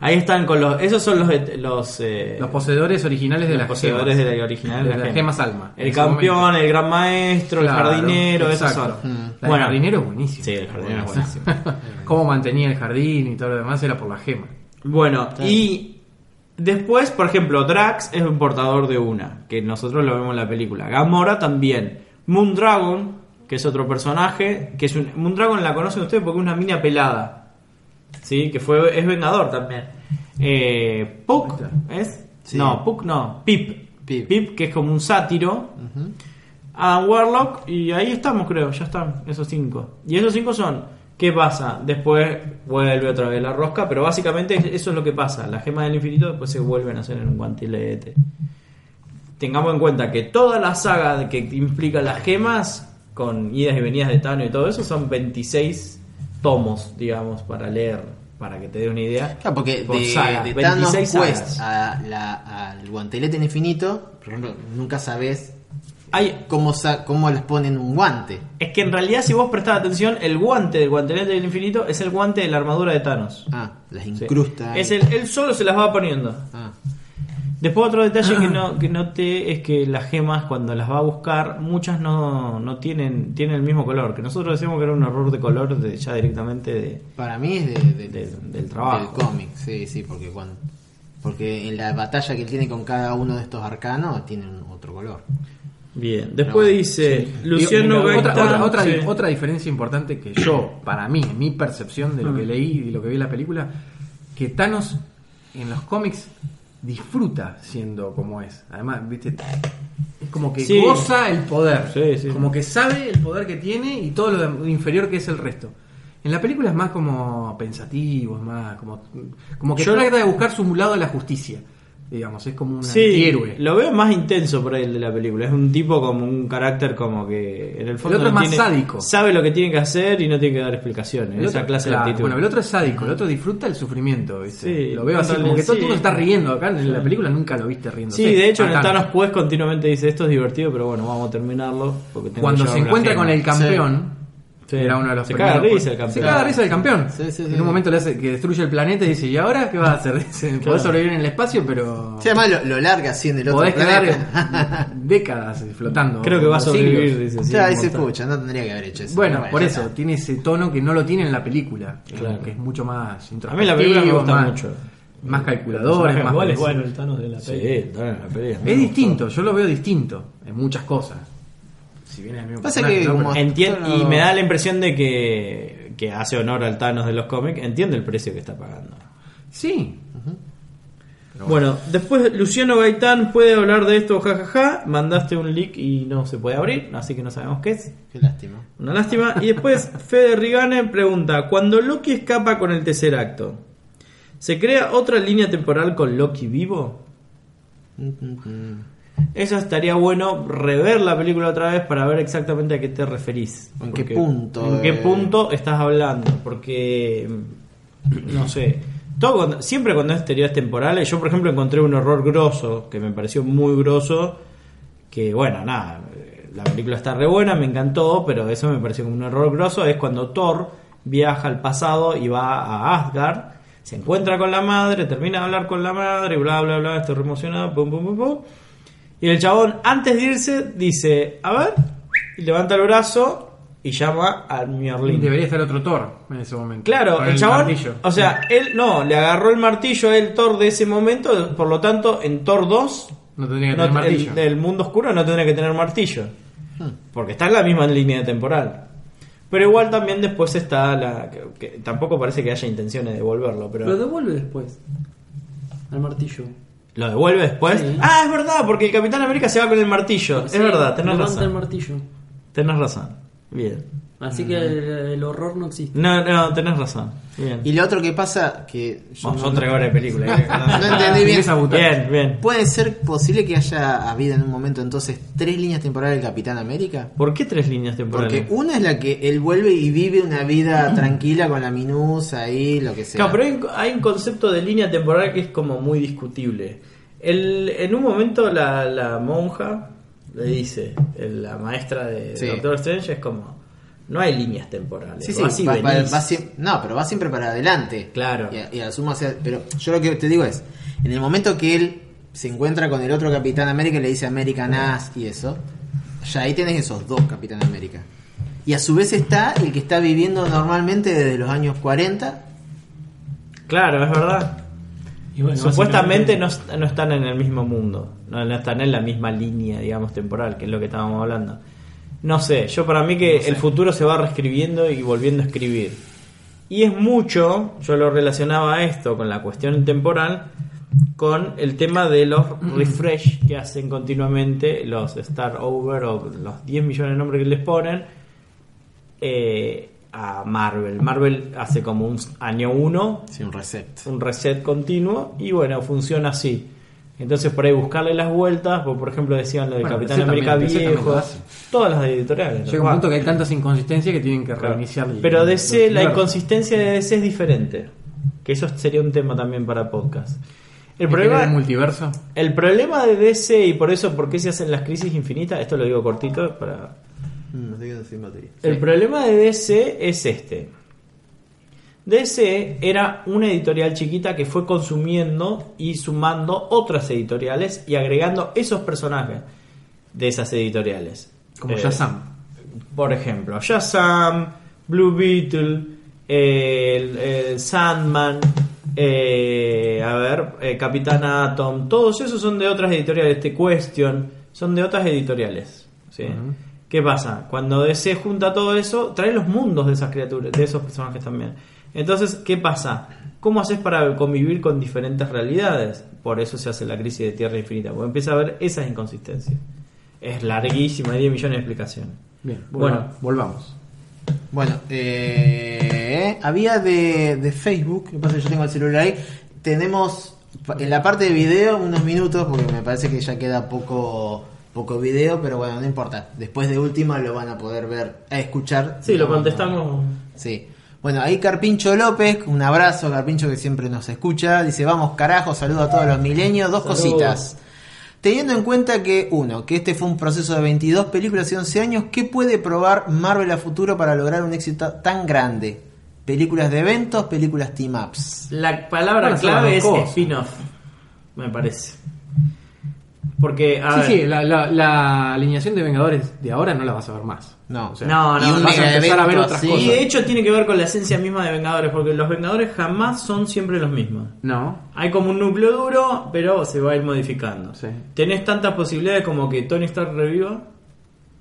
S1: Ahí están con los... Esos son los... et- Los, eh,
S4: Los poseedores originales de
S1: los
S4: las
S1: poseedores
S4: gemas.
S1: de la original.
S4: De las gemas alma.
S1: El
S4: En su
S1: campeón,
S4: momento.
S1: el gran maestro,
S4: Claro,
S1: el jardinero, esos son.
S4: exacto. Mm. La del
S1: Bueno,
S4: jardinero es buenísimo.
S1: Mm. Sí, el jardinero es buenísimo.
S4: Cómo mantenía el jardín y todo lo demás era por la gema.
S1: Bueno, y después, por ejemplo, Drax es un portador de una, que nosotros lo vemos en la película. Gamora también. Moondragon, que es otro personaje, que es un Moondragon la conocen ustedes porque es una mina pelada. Sí, que fue es vengador también. Eh, Puck, ¿es?
S2: Sí.
S1: No, Puck no, Pip.
S2: Pip.
S1: que es como un sátiro. Adam Warlock y ahí estamos creo, ya están esos cinco. Y esos cinco son, ¿qué pasa? Después vuelve otra vez la rosca, pero básicamente eso es lo que pasa. Las gemas del infinito después se vuelven a hacer en un guantelete. Tengamos en cuenta que toda la saga de- que implica las gemas, con idas y venidas de Tano y todo eso, son 26 tomos, digamos, para leer, para que te dé una idea.
S2: Claro, porque
S1: Por
S2: de,
S1: saga,
S2: de Thanos
S1: 26 sagas.
S2: Quest a la- al guantelete en infinito, por ejemplo, nunca sabes
S1: Hay,
S2: cómo, sa- cómo les ponen un guante.
S1: es que en realidad si vos prestás atención, el guante del guantelete del infinito es el guante de la armadura de Thanos.
S2: Ah, las
S1: Sí.
S2: incrusta.
S4: eh.
S1: Es el, él solo se las va poniendo.
S2: Ah,
S1: Después otro detalle
S4: Ah.
S1: que, no, que noté es que las gemas cuando las va a buscar, muchas no, no tienen, tienen el mismo color. Que nosotros decíamos que era un error de color de, ya directamente de...
S2: para mí es de- de-
S1: Del- del trabajo.
S2: Del cómic, sí, sí, porque cuando... Porque en la batalla que tiene con cada uno de estos arcanos tienen otro color.
S1: Bien, después
S2: No,
S1: dice Luciano
S4: Digo, otra,
S1: Gaitán-
S4: otra, otra,
S1: sí.
S4: otra diferencia importante que yo, para mí, en mi percepción de lo
S1: Mm.
S4: que leí y lo que vi en la película, que Thanos en los cómics disfruta siendo como es. Además, viste, es como que
S1: Sí.
S4: goza el poder.
S1: Sí, sí.
S4: Como que sabe el poder que tiene y todo lo de- inferior que es el resto. En la película es más como pensativo, es más como, como que
S1: Yo-
S4: trata de buscar su lado de la justicia. Digamos, es como un
S1: Sí,
S4: héroe.
S1: lo veo más intenso por ahí el de la película. Es un tipo como un carácter como que en el fondo
S4: otro es
S1: no
S4: más
S1: tiene-
S4: sádico.
S1: sabe lo que tiene que hacer y no tiene que dar explicaciones.
S4: El
S1: esa
S4: otro-
S1: clase
S4: claro,
S1: de actitud.
S4: Bueno, el otro es sádico, el otro disfruta el sufrimiento, ¿viste?
S1: Sí,
S4: lo veo así,
S1: ándale,
S4: como que todo el
S1: sí.
S4: mundo está riendo acá, en la película nunca lo viste riendo.
S1: Sí, de hecho en el
S4: Acá,
S1: Thanos Quest continuamente dice esto es divertido, pero bueno, vamos a terminarlo. Porque tengo
S4: Cuando
S1: que
S4: se
S1: llevar
S4: encuentra
S1: una
S4: con el
S1: gema.
S4: campeón,
S1: Sí.
S4: era uno de los
S1: Se caga de
S4: primeros-
S1: risa el
S4: Se
S1: campeón.
S4: caga de risa el campeón.
S2: Sí, sí, sí.
S4: En un momento le hace que destruye el planeta y dice, ¿y ahora qué vas a hacer? Dice, podés
S1: Claro.
S4: sobrevivir en el espacio, pero
S2: Sí, además lo, lo larga así en el otro
S4: podés
S2: planeta.
S4: quedar décadas flotando.
S1: Creo que va a
S4: siglos".
S1: sobrevivir, dice. sí,
S2: Ya,
S1: un
S2: dice,
S1: montón.
S2: pucha, no tendría que haber hecho eso.
S4: Bueno, por
S2: ya
S4: eso,
S2: está.
S4: tiene ese tono que no lo tiene en la película,
S1: Claro.
S4: que es mucho más
S1: A mí la película me
S4: introspectivo,
S1: gusta
S4: más-
S1: mucho.
S4: más calculadores, más.
S1: Igual es bueno el Thanos de la
S9: Sí,
S1: peli.
S9: está en la pelea.
S4: Es distinto, yo lo veo distinto en muchas cosas. Si bien es el mismo
S2: Pasa
S4: personaje,
S2: que
S4: ¿no?
S2: como-
S4: Pero-
S1: Entien-
S2: Yo no-
S1: Y me da la impresión de que, que hace honor al Thanos de los cómics. Entiende el precio que está pagando.
S4: Sí,
S1: Bueno, después Luciano Gaitán puede hablar de esto, jajaja. Mandaste un leak y no se puede abrir, así que no sabemos qué es.
S2: Qué lástima.
S1: Una lástima. Y después Fede Rigane pregunta: Cuando Loki escapa con el tercer acto, ¿se crea otra línea temporal con Loki vivo? Eso estaría bueno rever la película otra vez para ver exactamente a qué te referís.
S2: ¿En qué
S1: Porque-
S2: punto,
S1: ¿En qué
S2: eh?
S1: punto estás hablando? Porque. mm, No sé. Todo cuando- siempre cuando es teorías temporales, yo por ejemplo encontré un error grosso que me pareció muy grosso. Que bueno, nada. eh, La película está re buena, me encantó, pero eso me pareció como un error grosso. Es cuando Thor viaja al pasado y va a Asgard. Se encuentra con la madre, termina de hablar con la madre, bla, bla, bla, estoy re emocionado, pum, pum, pum, pum. Y el chabón, antes de irse, dice, a ver, y levanta el brazo y llama a New Orleans.
S4: debería estar otro Thor en ese momento.
S1: Claro,
S4: Con
S1: el chabón,
S4: martillo.
S1: o sea, él no, le agarró el martillo a él Thor de ese momento, por lo tanto, en Thor 2,
S4: no tendría que
S1: no-
S4: tener martillo.
S1: el, del mundo oscuro no tendría que tener martillo, porque está en la misma línea temporal. Pero igual también después está la... que- que tampoco parece que haya intenciones de devolverlo, pero...
S7: Lo devuelve después. Al martillo.
S1: ¿Lo devuelve después?
S7: Sí.
S1: Ah, es verdad, porque el Capitán América se va con el martillo.
S7: Sí,
S1: es verdad, tenés
S7: levanta
S1: razón.
S7: el martillo.
S1: Tenés razón. Bien.
S7: Así que el, el horror no existe.
S1: No, no, tenés razón. Bien.
S2: Y lo otro que pasa, que yo
S1: Vamos,
S2: no,
S1: son tres horas de película. ¿eh?
S2: no entendí bien.
S4: Empieza a butar.
S1: bien, bien.
S2: ¿Puede ser posible que haya habido en un momento entonces tres líneas temporales del Capitán América?
S1: ¿Por qué tres líneas temporales?
S2: Porque una es la que él vuelve y vive una vida tranquila con la minusa ahí, lo que sea.
S1: Claro, pero hay, un- hay un concepto de línea temporal que es como muy discutible. El- en un momento la, la monja le dice, el- la maestra de
S2: Sí.
S1: Doctor Strange es como, no hay líneas temporales.
S2: Sí, sí,
S1: vos así
S2: va- va-
S1: venís.
S2: va sie- no, pero va siempre para adelante.
S1: Claro.
S2: Y, a- y a la suma se- pero yo lo que te digo es, en el momento que él se encuentra con el otro Capitán América y le dice American Ass y eso, ya ahí tenés esos dos Capitán América. Y a su vez está el que está viviendo normalmente desde los años 40.
S1: Claro, es verdad.
S5: Y bueno,
S1: Supuestamente no,
S5: básicamente-
S1: est- no están en el mismo mundo, no, no están en la misma línea, digamos, temporal, que es lo que estábamos hablando. No sé, yo para mí que el futuro se va reescribiendo y volviendo a escribir. Y es mucho, yo lo relacionaba a esto con la cuestión temporal, con el tema de los refresh que hacen continuamente los Star Over o los 10 millones de nombres que les ponen eh, a Marvel. Marvel hace como un año 1
S2: Sí, un reset.
S1: un reset continuo y bueno, funciona así. Entonces por ahí buscarle las vueltas, o por ejemplo decían lo de
S4: Bueno,
S1: Capitán
S4: reset
S1: América
S4: también, reset también
S1: Viejo,
S4: lo hace.
S1: todas las editoriales.
S4: Llega un
S1: ¿no?
S4: punto que hay tantas inconsistencias que tienen que
S1: Claro.
S4: reiniciar. el-
S1: Pero DC,
S4: el
S1: la
S4: universo.
S1: inconsistencia de DC es diferente. Que eso sería un tema también para podcast. El
S4: ¿Es que era el
S1: problema,
S4: multiverso.
S1: el problema de DC y por eso, ¿por qué se hacen las crisis infinitas? Esto lo digo cortito para el problema de DC es este. DC era una editorial chiquita que fue consumiendo y sumando otras editoriales y agregando esos personajes de esas editoriales.
S4: Como
S1: Eh,
S4: Shazam.
S1: Por ejemplo, Shazam, Blue Beetle, eh, el, el Sandman, eh, a ver, eh, Capitán Atom, todos esos son de otras editoriales. The Question, son de otras editoriales. ¿sí? ¿Qué pasa? Cuando DC junta todo eso, trae los mundos de esas criaturas, de esos personajes también. Entonces, ¿qué pasa? ¿Cómo haces para convivir con diferentes realidades? Por eso se hace la crisis de Tierra Infinita, porque empieza a ver esas inconsistencias. Es larguísima, hay 10 millones de explicaciones.
S4: Bien,
S1: Bueno.
S4: bueno, volvamos.
S2: Bueno, eh, había de, de Facebook, lo que pasa es que yo tengo el celular ahí, tenemos pa- en la parte de video unos minutos, porque me parece que ya queda poco poco video, pero bueno, no importa. Después de última lo van a poder ver, a escuchar.
S1: Sí, lo
S2: Digamos,
S1: contestamos.
S2: Sí. Bueno, ahí Carpincho López, un abrazo, Carpincho que siempre nos escucha. Dice, vamos carajo, saludo a todos los milenios. Dos
S1: Saludos.
S2: cositas. Teniendo en cuenta que, uno, que este fue un proceso de 22 películas y 11 años, ¿qué puede probar Marvel a futuro para lograr un éxito tan grande? Películas de eventos, películas team-ups.
S1: La palabra
S4: Bueno, son
S1: clave
S4: las
S1: es
S4: dos cosas.
S1: spin-off, me parece. Porque, a
S4: sí,
S1: ver,
S4: sí, la, la- la alineación de Vengadores de ahora no la vas a ver más.
S2: No.
S1: No, no,
S2: y un
S1: vas a
S2: mega
S4: empezar a ver
S2: evento
S4: otras
S2: así.
S4: cosas.
S1: Y de hecho tiene que ver con la esencia misma de Vengadores, porque los Vengadores jamás son siempre los mismos.
S4: No.
S1: Hay como un núcleo duro, pero se va a ir modificando.
S4: Sí.
S1: Tenés tantas posibilidades como que Tony Stark reviva,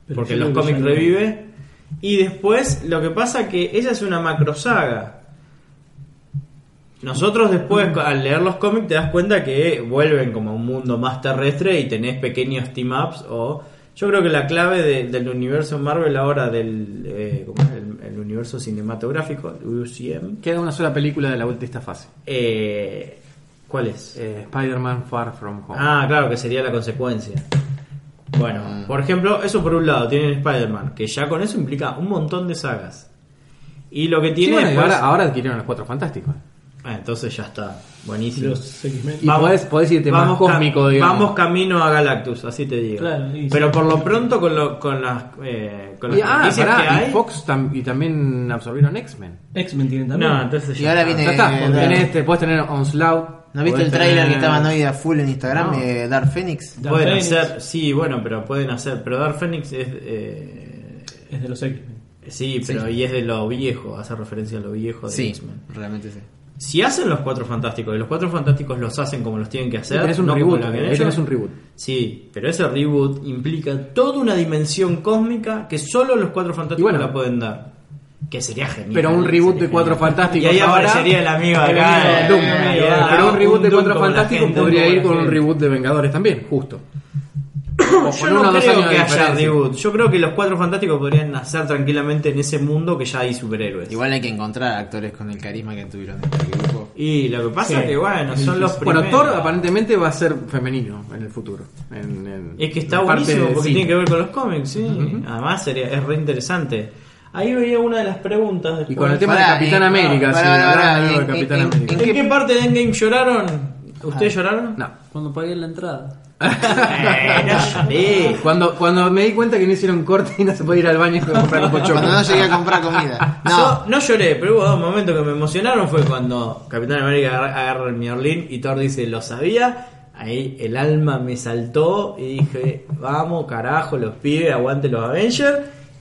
S3: Pero
S1: porque
S3: yo
S1: los
S3: creo que
S1: cómics
S3: ya no.
S1: revive. Y después lo que pasa que esa es una macro saga. Nosotros después
S3: Mm.
S1: al leer los cómics te das cuenta que vuelven como a un mundo más terrestre y tenés pequeños team-ups o... Yo creo que la clave de- del universo Marvel ahora, del eh, ¿cómo es? El, el universo cinematográfico, UCM,
S4: Queda una sola película de la de esta fase.
S1: eh, ¿cuál es?
S4: Eh, Spider-Man Far From Home.
S1: Ah, claro, que sería la consecuencia. Bueno, por ejemplo, eso por un lado, tienen Spider-Man, que ya con eso implica un montón de sagas. Y lo que
S4: Sí,
S1: tiene
S4: bueno, y
S1: después-
S4: ahora, ahora adquirieron los cuatro fantásticos.
S1: Ah, entonces ya está, buenísimo.
S3: Los X-Men.
S4: Y podés, podés irte más
S1: cam-
S4: cósmico, digamos.
S1: vamos camino a Galactus, así te digo.
S3: Claro, y
S1: Pero
S3: sí.
S1: por lo pronto con, lo- con las, eh, con las
S4: Y- ah,
S1: franquicias
S4: pará,
S1: que hay...
S4: y Fox tam- y también absorbieron X-Men. Ah,
S5: X-Men tienen también.
S1: No, entonces
S2: Y
S1: ya
S2: ahora
S1: está.
S2: viene-
S4: Ya está,
S2: Eh,
S4: tenés
S2: no.
S4: este, podés tener Onslaught.
S2: ¿No viste
S4: podés
S2: el trailer
S4: tener-
S2: que estaban hoy a full en Instagram
S4: No.
S2: de Dark Phoenix?
S3: Dark
S1: Pueden
S3: Phoenix.
S1: hacer, sí, bueno, pero pueden hacer... Pero Dark Phoenix es... eh,
S3: Es de los X-Men.
S1: sí, pero y es de lo viejo, hace referencia a lo viejo de
S2: Sí,
S1: X-Men.
S2: realmente sí.
S1: Si hacen los cuatro fantásticos y los cuatro fantásticos los hacen como los tienen que
S4: Sí,
S1: hacer,
S4: tenés un
S1: no como
S4: reboot.
S1: lo que han
S4: Ahí
S1: hecho.
S4: tenés un reboot.
S1: Sí, pero ese reboot implica toda una dimensión cósmica que solo los cuatro fantásticos
S4: Y bueno.
S1: la pueden dar. Que sería genial.
S4: Pero un reboot
S1: sería
S4: de Cuatro
S1: genial.
S4: Fantásticos
S1: Y ahí
S4: ahora,
S1: aparecería el amigo
S4: el
S1: acá.
S4: amigo Doom.
S1: eh,
S4: Ah,
S1: eh,
S4: Pero un reboot de
S1: Doom
S4: Cuatro
S1: como la
S4: Fantásticos
S1: gente,
S4: podría
S1: como
S4: ir
S1: la
S4: con un
S1: gente.
S4: reboot de Vengadores también, justo. O
S1: Yo
S4: con uno
S1: no
S4: o dos
S1: creo
S4: años de
S1: que haya
S4: diferencia.
S1: reboot. Yo creo que los cuatro fantásticos podrían nacer tranquilamente en ese mundo que ya hay superhéroes.
S2: Igual hay que encontrar actores con el carisma que tuvieron en este grupo.
S1: Y lo que pasa es que, bueno, son los primeros.
S4: Bueno, Thor aparentemente va a ser femenino en el futuro. En, en
S1: Es que está
S4: la parte
S1: buenísimo
S4: de
S1: porque
S4: cine.
S1: tiene que ver con los cómics, sí. Además sería, es re interesante. Ahí veía una de las preguntas.
S4: Y con
S1: después.
S4: el tema
S2: Pará,
S4: de Capitán
S2: eh,
S4: América,
S2: no,
S4: sí,
S2: pará, pará,
S4: hablaba
S2: pará,
S4: algo de
S2: en-
S4: Capitán
S2: en-
S4: América.
S1: ¿En qué parte de Endgame lloraron? ¿Ustedes lloraron?
S4: No.
S7: Cuando pagué la entrada.
S1: Eh, no lloré.
S4: Cuando, cuando me di cuenta que no hicieron corte y no se podía ir al baño a comprar un pochoclo.
S2: Cuando no llegué a comprar comida.
S1: Yo
S2: No,
S1: No. lloré, pero hubo dos momentos que me emocionaron. Fue cuando Capitán América agarra, agarra el Mjolnir y Thor dice, lo sabía. Ahí el alma me saltó y dije, vamos carajo, los pibes, aguante los Avengers.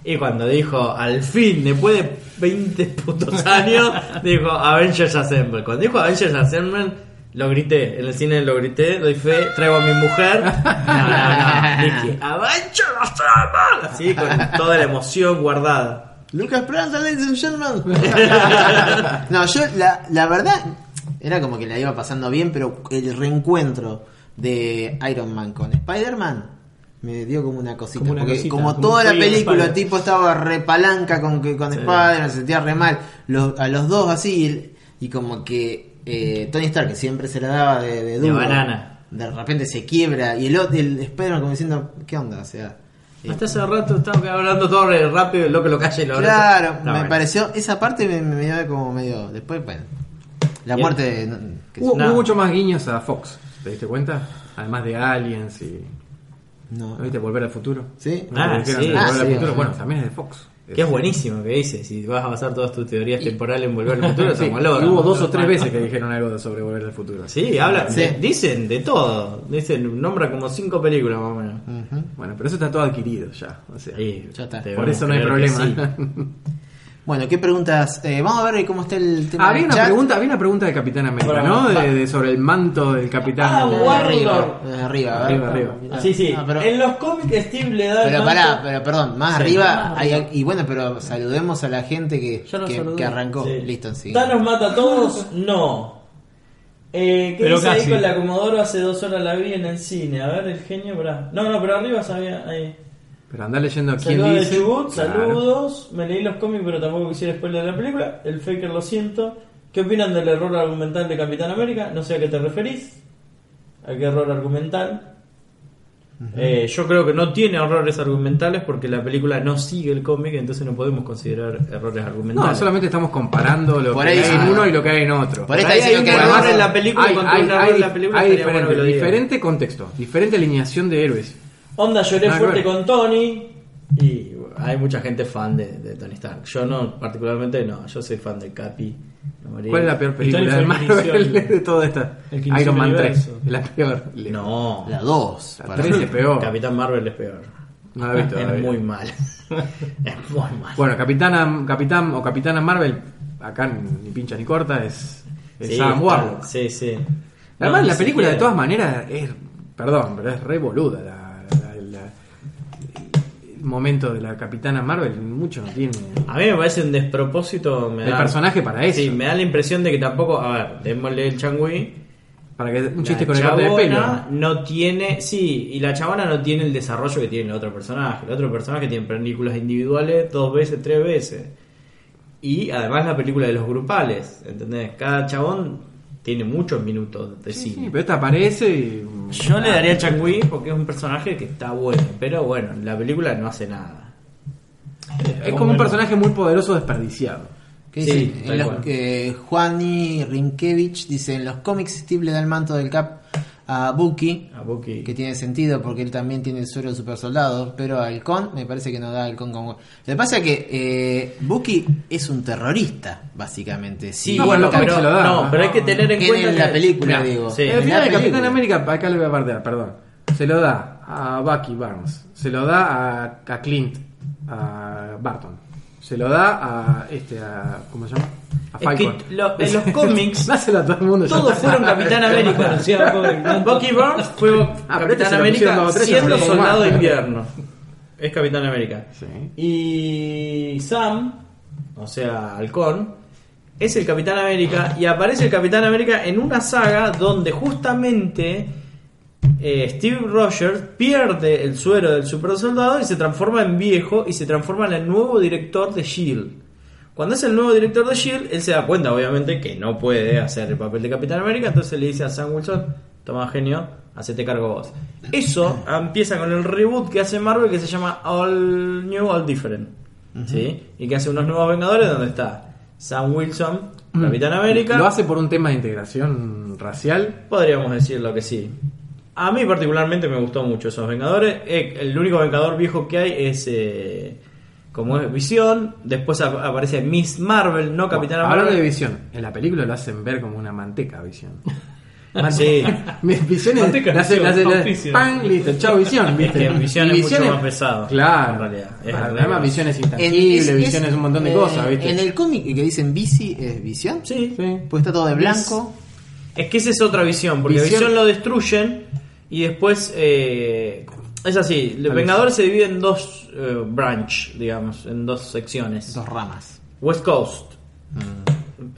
S1: Y cuando dijo, al fin, después de 20 putos años, dijo Avengers Assemble. Cuando dijo Avengers Assemble, lo grité. En el cine lo grité, doy fe, traigo a mi mujer. No, no, no. Dije, Avengers Assemble. Así, con toda la emoción guardada.
S2: Lucas Pranza, ladies and gentlemen. no, yo la, la verdad era como que la iba pasando bien, pero el reencuentro de Iron Man con Spider-Man me dio como una cosita.
S3: Como una
S2: porque
S3: cosita,
S2: como,
S3: como
S2: toda
S3: un
S2: la
S3: cuello de
S2: película, el
S3: espalda.
S2: tipo estaba repalanca con, que- con Spider-Man, se sentía re mal. Los- a los dos así, y, y como que eh, Tony Stark, que siempre se la daba de, de duro,
S1: banana.
S2: de repente se quiebra, y el, otro- el Spider-Man como diciendo, ¿qué onda? O sea. eh,
S1: Hasta hace rato estaba hablando todo re rápido, el loco lo calla y lo abraza.
S2: Claro,
S1: No,
S2: me
S1: bueno.
S2: pareció. Esa parte me, me dio como medio. Después, bueno. La
S1: Bien.
S2: muerte. de- no, que-
S4: Hubo,
S1: Nada.
S4: hubo mucho más guiños a Fox, ¿te diste cuenta? Además de Aliens y...
S2: no. eh.
S4: ¿No viste Volver al Futuro?
S2: ¿Sí?
S4: ¿No
S1: Ah,
S4: te dijeron
S1: sí.
S4: de Volver
S2: Ah,
S4: al
S2: sí,
S4: Futuro?
S2: sí.
S4: Bueno, también es de Fox.
S1: Que es buenísimo que dices, si vas a basar todas tus teorías temporales en volver al futuro,
S4: Sí,
S1: estamos locos.
S4: y hubo dos o tres veces que dijeron algo de sobre Volver al Futuro.
S1: Sí, hablan,
S2: Sí.
S1: de- dicen de todo. Dicen, nombra como cinco películas más o menos.
S2: Ujú.
S4: Bueno, pero eso está todo adquirido Mm. ya. o sea,
S1: Ahí,
S2: Ya está.
S1: te
S4: por
S1: vemos
S4: eso no hay
S1: creer que
S4: problema.
S1: sí.
S2: Bueno, ¿qué preguntas? Eh, vamos a ver cómo está el tema.
S4: Ah, había,
S2: del
S4: una
S2: chat.
S4: pregunta, había una pregunta de Capitán América,
S1: Bueno,
S4: ¿no?
S1: va.
S4: De, de- sobre el manto del Capitán.
S1: Ah,
S2: Desde
S1: Warrior.
S2: arriba. desde arriba, a ver.
S4: Arriba, arriba.
S2: Ah,
S1: Sí, sí.
S2: ah, pero,
S1: En los cómics Steve le da el
S2: pero
S1: manto-
S2: pará, pero perdón, más arriba. hay- y bueno, pero saludemos a la gente que,
S7: Ya lo
S2: que-
S7: saludé.
S2: que arrancó.
S1: Sí.
S2: Listo, sí.
S1: ¿Thanos mata a todos? No. Eh, ¿Qué
S3: Pero
S1: dice ahí
S3: casi.
S1: con la Comodoro? Hace dos horas la vi en el cine. A ver, el genio, pará. No, no, pero arriba sabía. Ahí.
S4: Pero andá leyendo quién
S1: Saludos de
S4: dice.
S1: Chubut,
S4: Claro.
S1: saludos. Me leí los cómics, pero tampoco quisiera spoiler de la película. El Faker lo siento. ¿Qué opinan del error argumental de Capitán América? No sé a qué te referís. ¿A qué error argumental? Eh, yo creo que no tiene errores argumentales porque la película no sigue el cómic, entonces no podemos considerar errores
S4: No,
S1: argumentales.
S4: solamente estamos comparando lo
S2: Por
S4: que
S2: ahí-
S4: hay en uno y lo que hay en otro.
S2: Por ahí
S1: Por ahí
S2: está
S1: hay
S2: diciendo
S1: un
S2: que
S1: error
S2: además-
S1: en la película
S4: hay,
S1: contra
S4: hay,
S1: un error en
S4: hay-
S1: la película.
S4: hay
S1: estaría bueno
S4: diferente,
S1: que lo diga.
S4: diferente contexto, diferente alineación de héroes.
S1: Onda, lloré
S4: Nada que
S1: fuerte
S4: ver.
S1: con Tony. Y bueno, hay mucha gente fan de, de Tony Stark. Yo no, particularmente no. Yo soy fan de Capi. no morí.
S4: ¿Cuál es la peor película
S1: Tony
S4: de
S1: fue el que
S4: Marvel
S1: inició
S4: de
S1: el-
S4: toda esta?
S1: el que inició
S4: Iron
S1: el
S4: Man 3.
S1: universo.
S4: La peor.
S1: No.
S2: La 2.
S4: La 3 es peor.
S1: Capitán Marvel es peor.
S4: No la he visto.
S1: es
S4: todavía.
S1: muy mal. es muy mal.
S4: Bueno, Capitana, Capitán o Capitana Marvel, acá ni pincha ni corta, es, es
S1: Sí,
S4: Adam
S1: está-
S4: Warlock.
S1: Sí, sí.
S4: Además,
S1: No,
S4: la
S1: ni
S4: película de
S1: siquiera.
S4: todas maneras es. Perdón, pero es re boluda. la- la- la- el momento de la Capitana Marvel, mucho no tiene.
S1: A mí me parece un despropósito. Me
S4: El
S1: da-
S4: personaje para eso.
S1: Sí, me da la impresión de que tampoco. A ver, démosle el changui.
S4: Para que un chiste
S1: la
S4: con el corte de pelo.
S1: chabona No tiene. Sí, y la chabona no tiene el desarrollo que tiene el otro personaje. El otro personaje tiene películas individuales dos veces, tres veces. Y además la película de los grupales. ¿Entendés? Cada chabón tiene muchos minutos de
S4: Sí,
S1: cine. Ah.
S4: pero esta aparece y.
S1: Yo le daría a Changui porque es un personaje que está bueno, pero bueno, la película no hace nada.
S4: Es como un personaje muy poderoso desperdiciado.
S2: ¿Qué
S1: Sí,
S2: dicen?
S1: tal
S2: En los
S1: cual.
S2: que Juani Rinkevich dice: En los cómics, Steve le da el manto del Cap a Bucky.
S1: A Bucky.
S2: Que tiene sentido porque él también tiene el suero de super soldado. Pero al Con me parece que no da al Con como. Lo que pasa es que eh, Bucky es un terrorista, básicamente. Sí,
S1: No,
S4: bueno,
S1: pero,
S4: capaz que se lo da,
S1: no,
S4: ¿no?
S1: pero hay que tener en
S2: En
S1: cuenta
S2: la
S1: que-
S2: película,
S1: Mirá,
S2: digo.
S1: sí.
S4: En el
S2: en
S4: final
S2: la
S4: de Capitán
S2: película.
S4: América, acá le voy a bardear, perdón. Se lo da a Bucky Barnes, se lo da a, a Clint, a Barton, se lo da a este, a, ¿cómo se llama? A
S1: Es que
S4: Falcon.
S1: lo- en los cómics,
S4: Dáselo a todo el mundo. ya
S1: Todos
S4: está.
S1: fueron Capitán América. Bucky Barnes fue
S4: Ah, pero este
S1: Capitán
S4: se lo pusieron
S1: América
S4: dos o tres,
S1: siendo
S4: se lo pusieron
S1: soldado
S4: más.
S1: de invierno. Es Capitán América.
S4: Sí.
S1: Y Sam, o sea, Halcón, es el Capitán América y aparece el Capitán América en una saga donde justamente eh, Steve Rogers pierde el suero del super soldado y se transforma en viejo y se transforma en el nuevo director de Shield. Cuando es el nuevo director de Shield, él se da cuenta, obviamente, que no puede hacer el papel de Capitán América, entonces le dice a Sam Wilson, toma genio, hacete cargo vos. Eso empieza con el reboot que hace Marvel que se llama All New, All Different. ¿sí? Y que hace unos nuevos Vengadores donde está Sam Wilson, Capitán América.
S4: Mm. Lo hace por un tema de integración racial.
S1: Podríamos decirlo que sí. A mí particularmente me gustó mucho esos Vengadores. Eh, el único Vengador viejo que hay es... eh, como es Visión, después ap- aparece Miss Marvel, no Capitana
S4: Bueno,
S1: Marvel.
S4: Hablando de visión, en la película lo hacen ver como una manteca visión.
S1: Ah, Sí.
S4: Visión es.
S5: Manteca,
S4: la hace-
S5: Visión,
S4: la hace- la hace-
S5: auspicio.
S4: ¡pam! listo, chao visión. ¿viste?
S1: que Visión
S4: Y
S1: es mucho más pesado,
S4: Claro.
S1: en realidad. Es
S4: Además,
S1: verdad.
S4: visión es
S2: En-
S4: intangible,
S2: es-
S4: visión es un montón de
S2: eh,
S4: cosas, ¿viste?
S2: En el cómic que dicen bici es visión.
S1: Sí.
S4: Sí.
S2: Pues está todo de blanco.
S1: Es que esa es otra visión, porque
S4: Visión-
S1: visión, lo destruyen y después eh, es así, los
S4: Avisa.
S1: Vengadores se divide en dos eh, branch, digamos, en dos secciones.
S2: Dos ramas.
S1: West Coast.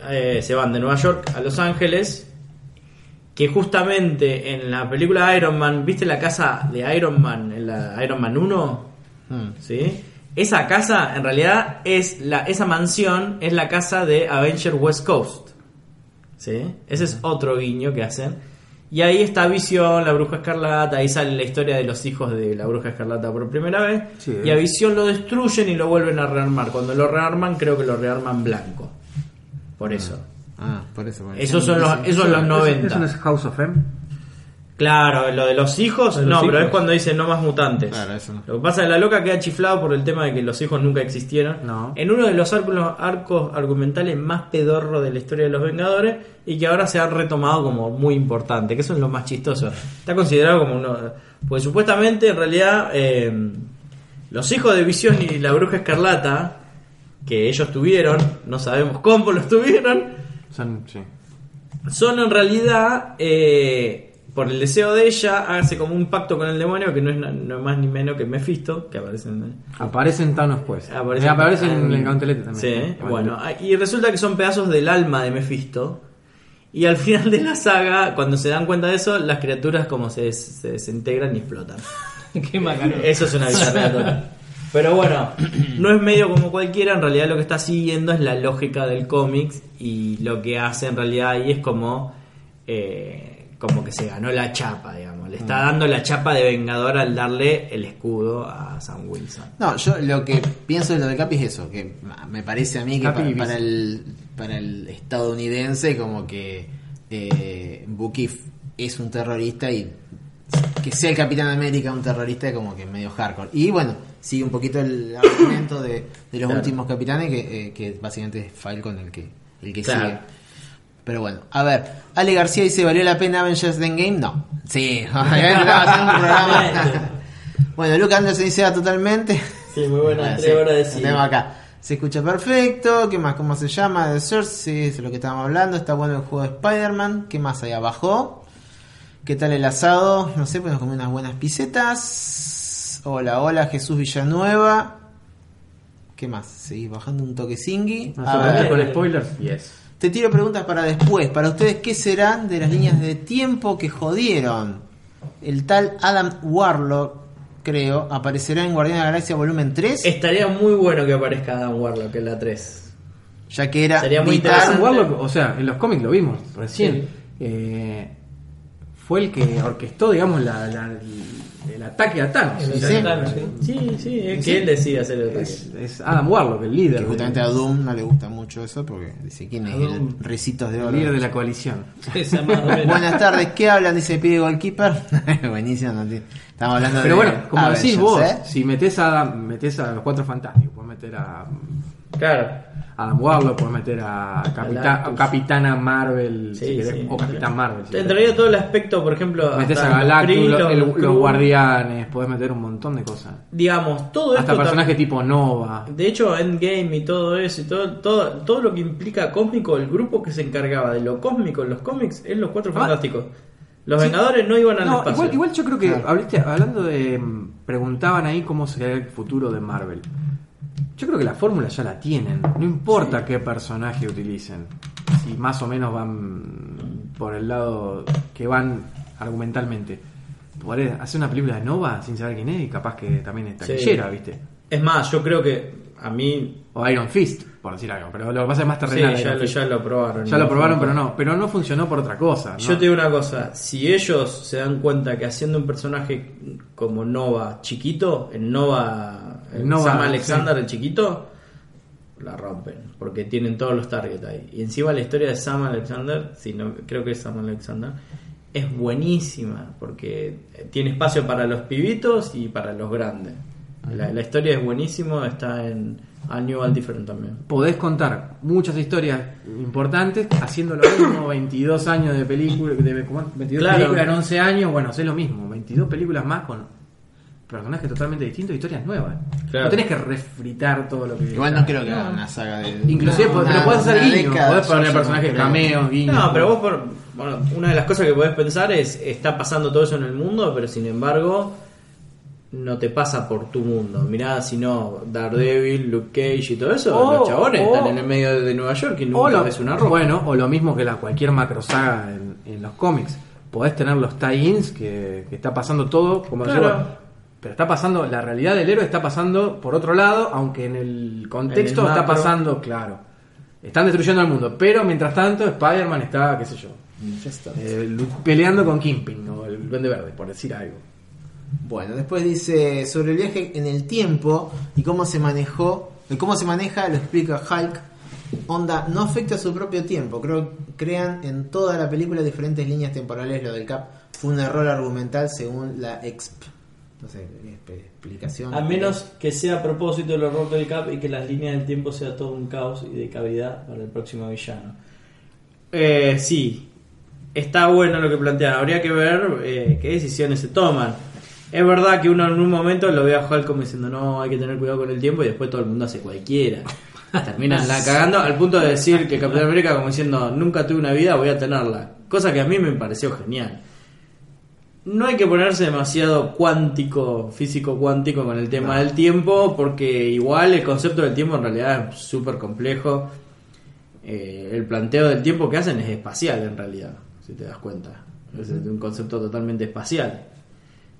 S1: Eh, se van de Nueva York a Los Ángeles. Que justamente en la película Iron Man, ¿viste la casa de Iron Man? En la Iron Man 1.
S2: Mm.
S1: ¿Sí? Esa casa, en realidad, es la, esa mansión es la casa de Avenger West Coast. ¿Sí? Ese es otro guiño que hacen. Y ahí está Visión, la Bruja Escarlata, ahí sale la historia de los hijos de la Bruja Escarlata por primera vez.
S4: Sí.
S1: y a Visión lo destruyen y lo vuelven a rearmar. Cuando lo rearman, creo que lo rearman blanco. Por eso.
S2: Ah, por eso. por eso.
S1: Esos son los, esos son los 90.
S4: ¿Eso no es House of M?
S1: Claro, lo de los hijos,
S4: Lo de los
S1: no, pero
S4: hijos.
S1: es cuando dicen no más mutantes.
S2: Claro, eso no.
S1: Lo que pasa es que la loca queda chiflado por el tema de que los hijos nunca existieron.
S4: No.
S1: En uno de los arcos, arcos argumentales más pedorro de la historia de los Vengadores y que ahora se ha retomado como muy importante, que eso es lo más chistoso. Está considerado como uno. Pues supuestamente, en realidad, eh, los hijos de Visión y la Bruja Escarlata, que ellos tuvieron, no sabemos cómo los tuvieron,
S4: Son, sí.
S1: son en realidad, eh, por el deseo de ella, hace como un pacto con el demonio que no es na- no más ni menos que Mephisto, que aparece en...
S4: Aparecen Thanos pues. Aparecen, en el Gauntelete también.
S1: Sí,
S4: Gauntelete.
S1: bueno, ah, y resulta que son pedazos del alma de Mephisto. Y al final de la saga, cuando se dan cuenta de eso, las criaturas como se, des- se desintegran y explotan.
S5: Qué macarón.
S1: Eso es una bizarra total. Pero bueno, no es medio como cualquiera, en realidad lo que está siguiendo es la lógica del cómics y lo que hace en realidad ahí es como, eh, como que se ganó la chapa, digamos. Le
S4: Mm.
S1: está dando la chapa de Vengador al darle el escudo a Sam Wilson.
S2: No, yo lo que pienso de lo de Capi es eso, que me parece a mí que
S4: Capi
S2: para,
S4: y
S2: para
S4: Bici.
S2: el, para el estadounidense como que eh, Bucky f- es un terrorista y que sea el Capitán América un terrorista como que medio hardcore. Y bueno, sigue un poquito el argumento de, de los últimos capitanes, que, eh, que básicamente es Falcon el que, el que
S1: Claro.
S2: sigue. Pero bueno, a ver, Ale García dice, ¿valió la pena Avengers Endgame? No. Sí, estamos haciendo un programa. bueno, Luke Anderson dice, ah, totalmente.
S10: Sí, muy buena.
S4: Ah,
S2: Bueno,
S10: tres
S2: sí,
S10: horas de cine.
S2: tenemos acá. Se escucha perfecto. ¿Qué más? ¿Cómo se llama? The Source. Sí, es lo que estábamos hablando. Está bueno el juego de Spider-Man. ¿Qué más ahí abajo? ¿Qué tal el asado? No sé, pues nos comí unas buenas pisetas. Hola, hola, Jesús Villanueva. ¿Qué más? Seguís bajando un toque singui.
S4: No
S2: A
S4: se
S2: ver.
S4: mete con spoilers. Yes.
S2: Te tiro preguntas para después. Para ustedes, ¿qué serán de las líneas de tiempo que jodieron? El tal Adam Warlock, creo, aparecerá en Guardián de la Galaxia Volumen 3,
S1: Estaría muy bueno que aparezca Adam Warlock en la 3.
S2: ya que era
S1: Sería muy
S2: vital-
S1: interesante.
S4: Warlock, o sea, en los cómics lo vimos recién. Eh, fue el que orquestó, digamos, la- la- el ataque a Thanos.
S2: Sí,
S4: O sea,
S2: sí.
S1: Sí, sí, es que él decide hacer el ataque.
S4: Es, es Adam Warlock, el líder.
S2: Que justamente
S4: de-
S2: a Doom no le gusta mucho eso porque dice quién es
S4: Doom.
S2: el Ricitos de
S4: el
S2: Oro.
S4: líder de la coalición.
S2: Ah,
S10: Esa madre.
S2: Buenas tardes, ¿qué hablan? Dice Pide Goalkeeper. Buenísimo, no tiene- estamos hablando
S4: Pero
S2: de.
S4: bueno, como
S2: Avengers,
S4: decís vos,
S2: ¿eh?
S4: si metes a, metés a los cuatro fantásticos, puedes meter a
S1: Claro.
S4: Adam Warlock, puedes meter a, Capitán-
S1: Galactus.
S4: a Capitana Marvel, si
S1: Sí,
S4: querés,
S1: sí.
S4: o Capitán Marvel. si
S1: Te
S4: querés.
S1: entraría todo el aspecto, por ejemplo.
S4: Metes a
S1: hasta
S4: Galactus,
S1: Krill,
S4: los, el- los
S1: Krug.
S4: guardianes, podés meter un montón de cosas.
S1: Digamos, todo
S4: Hasta
S1: esto.
S4: personajes tipo Nova.
S1: De hecho, Endgame y todo eso, y todo, todo, todo lo que implica cósmico, el grupo que se encargaba de lo cósmico en los cómics es los cuatro
S4: Ah.
S1: fantásticos. Los
S4: Sí.
S1: Vengadores no iban al
S4: No,
S1: espacio.
S4: igual, igual yo creo que hablaste- hablando de. mm, Preguntaban ahí cómo sería el futuro de Marvel. Yo creo que la fórmula ya la tienen. No importa qué personaje utilicen. Si más o menos van por el lado que van argumentalmente. Podés Hacer una película de Nova sin saber quién es y capaz que también es
S1: Sí.
S4: taquillera, ¿viste?
S1: Es más, yo creo que a mí.
S4: O Iron Fist, por decir algo. Pero lo que pasa es más
S1: Sí,
S4: terrenal.
S1: ya,
S4: Iron
S1: lo-
S4: Fist.
S1: ya lo probaron.
S4: Ya lo probaron, pero no. Pero no funcionó por otra cosa. ¿no?
S1: Yo te digo una cosa, si ellos se dan cuenta que haciendo un personaje como Nova chiquito, el Nova, el
S4: Nova,
S1: Sam
S4: sí.
S1: Alexander el chiquito, la rompen, porque tienen todos los targets ahí. Y encima la historia de Sam Alexander, si no, creo que es Sam Alexander, es buenísima, porque tiene espacio para los pibitos y para los grandes. La, la historia es buenísima, está en A New All Different también.
S4: podés contar muchas historias importantes haciendo lo mismo 22 años de película de ¿cómo? 22
S1: Claro.
S4: películas en 11 años bueno es lo mismo 22 películas más con personajes totalmente distintos historias nuevas
S1: Claro.
S4: no tenés que refritar todo lo que
S2: Igual no creo que hagan una saga de.
S4: inclusive
S2: no,
S4: podés,
S2: una-
S4: pero podés hacer
S2: una
S4: guiños
S2: década,
S4: podés
S2: yo
S4: poner
S2: no
S4: personajes
S2: creo.
S4: cameos guiños
S1: No, pero vos, por, bueno, una de las cosas que podés pensar es, está pasando todo eso en el mundo, pero sin embargo, no te pasa por tu mundo. Mirá, si no, Daredevil, Luke Cage y todo eso,
S4: O-
S1: los chabones
S4: o-
S1: están en el medio de Nueva York y
S4: o
S1: nunca
S4: Oh, lo,
S1: ves una ropa.
S4: bueno o lo mismo que la cualquier macro saga en, en los cómics podés tener los tie-ins que, que está pasando todo como
S1: Claro.
S4: decía, bueno, pero está pasando la realidad del héroe está pasando por otro lado aunque en el contexto
S1: En el
S4: está
S1: macro.
S4: pasando claro están destruyendo al mundo pero mientras tanto Spider-Man está qué sé yo eh, lu- peleando con Kingpin o el Duende Verde por decir algo
S2: Bueno, después dice sobre el viaje en el tiempo y cómo se manejó, y cómo se maneja, lo explica Hulk. Onda, no afecta su propio tiempo. Creo crean en toda la película diferentes líneas temporales. Lo del Cap fue un error argumental según la exp. No sé, exp- explicación. Eh,
S11: A menos que sea a propósito el horror del Cap y que las líneas del tiempo sea todo un caos y de cavidad para el próximo villano.
S1: Eh, sí, está bueno lo que plantean. Habría que ver eh, qué decisiones se toman. Es verdad que uno en un momento lo ve a Hulk como diciendo no, hay que tener cuidado con el tiempo y después todo el mundo hace cualquiera. Terminan la cagando al punto de decir que Capitán América como diciendo nunca tuve una vida, voy a tenerla. Cosa que a mí me pareció genial. No hay que ponerse demasiado cuántico, físico cuántico con el tema del tiempo, porque igual el concepto del tiempo en realidad es súper complejo. Eh, el planteo del tiempo que hacen es espacial en realidad, si te das cuenta. Es un concepto totalmente espacial.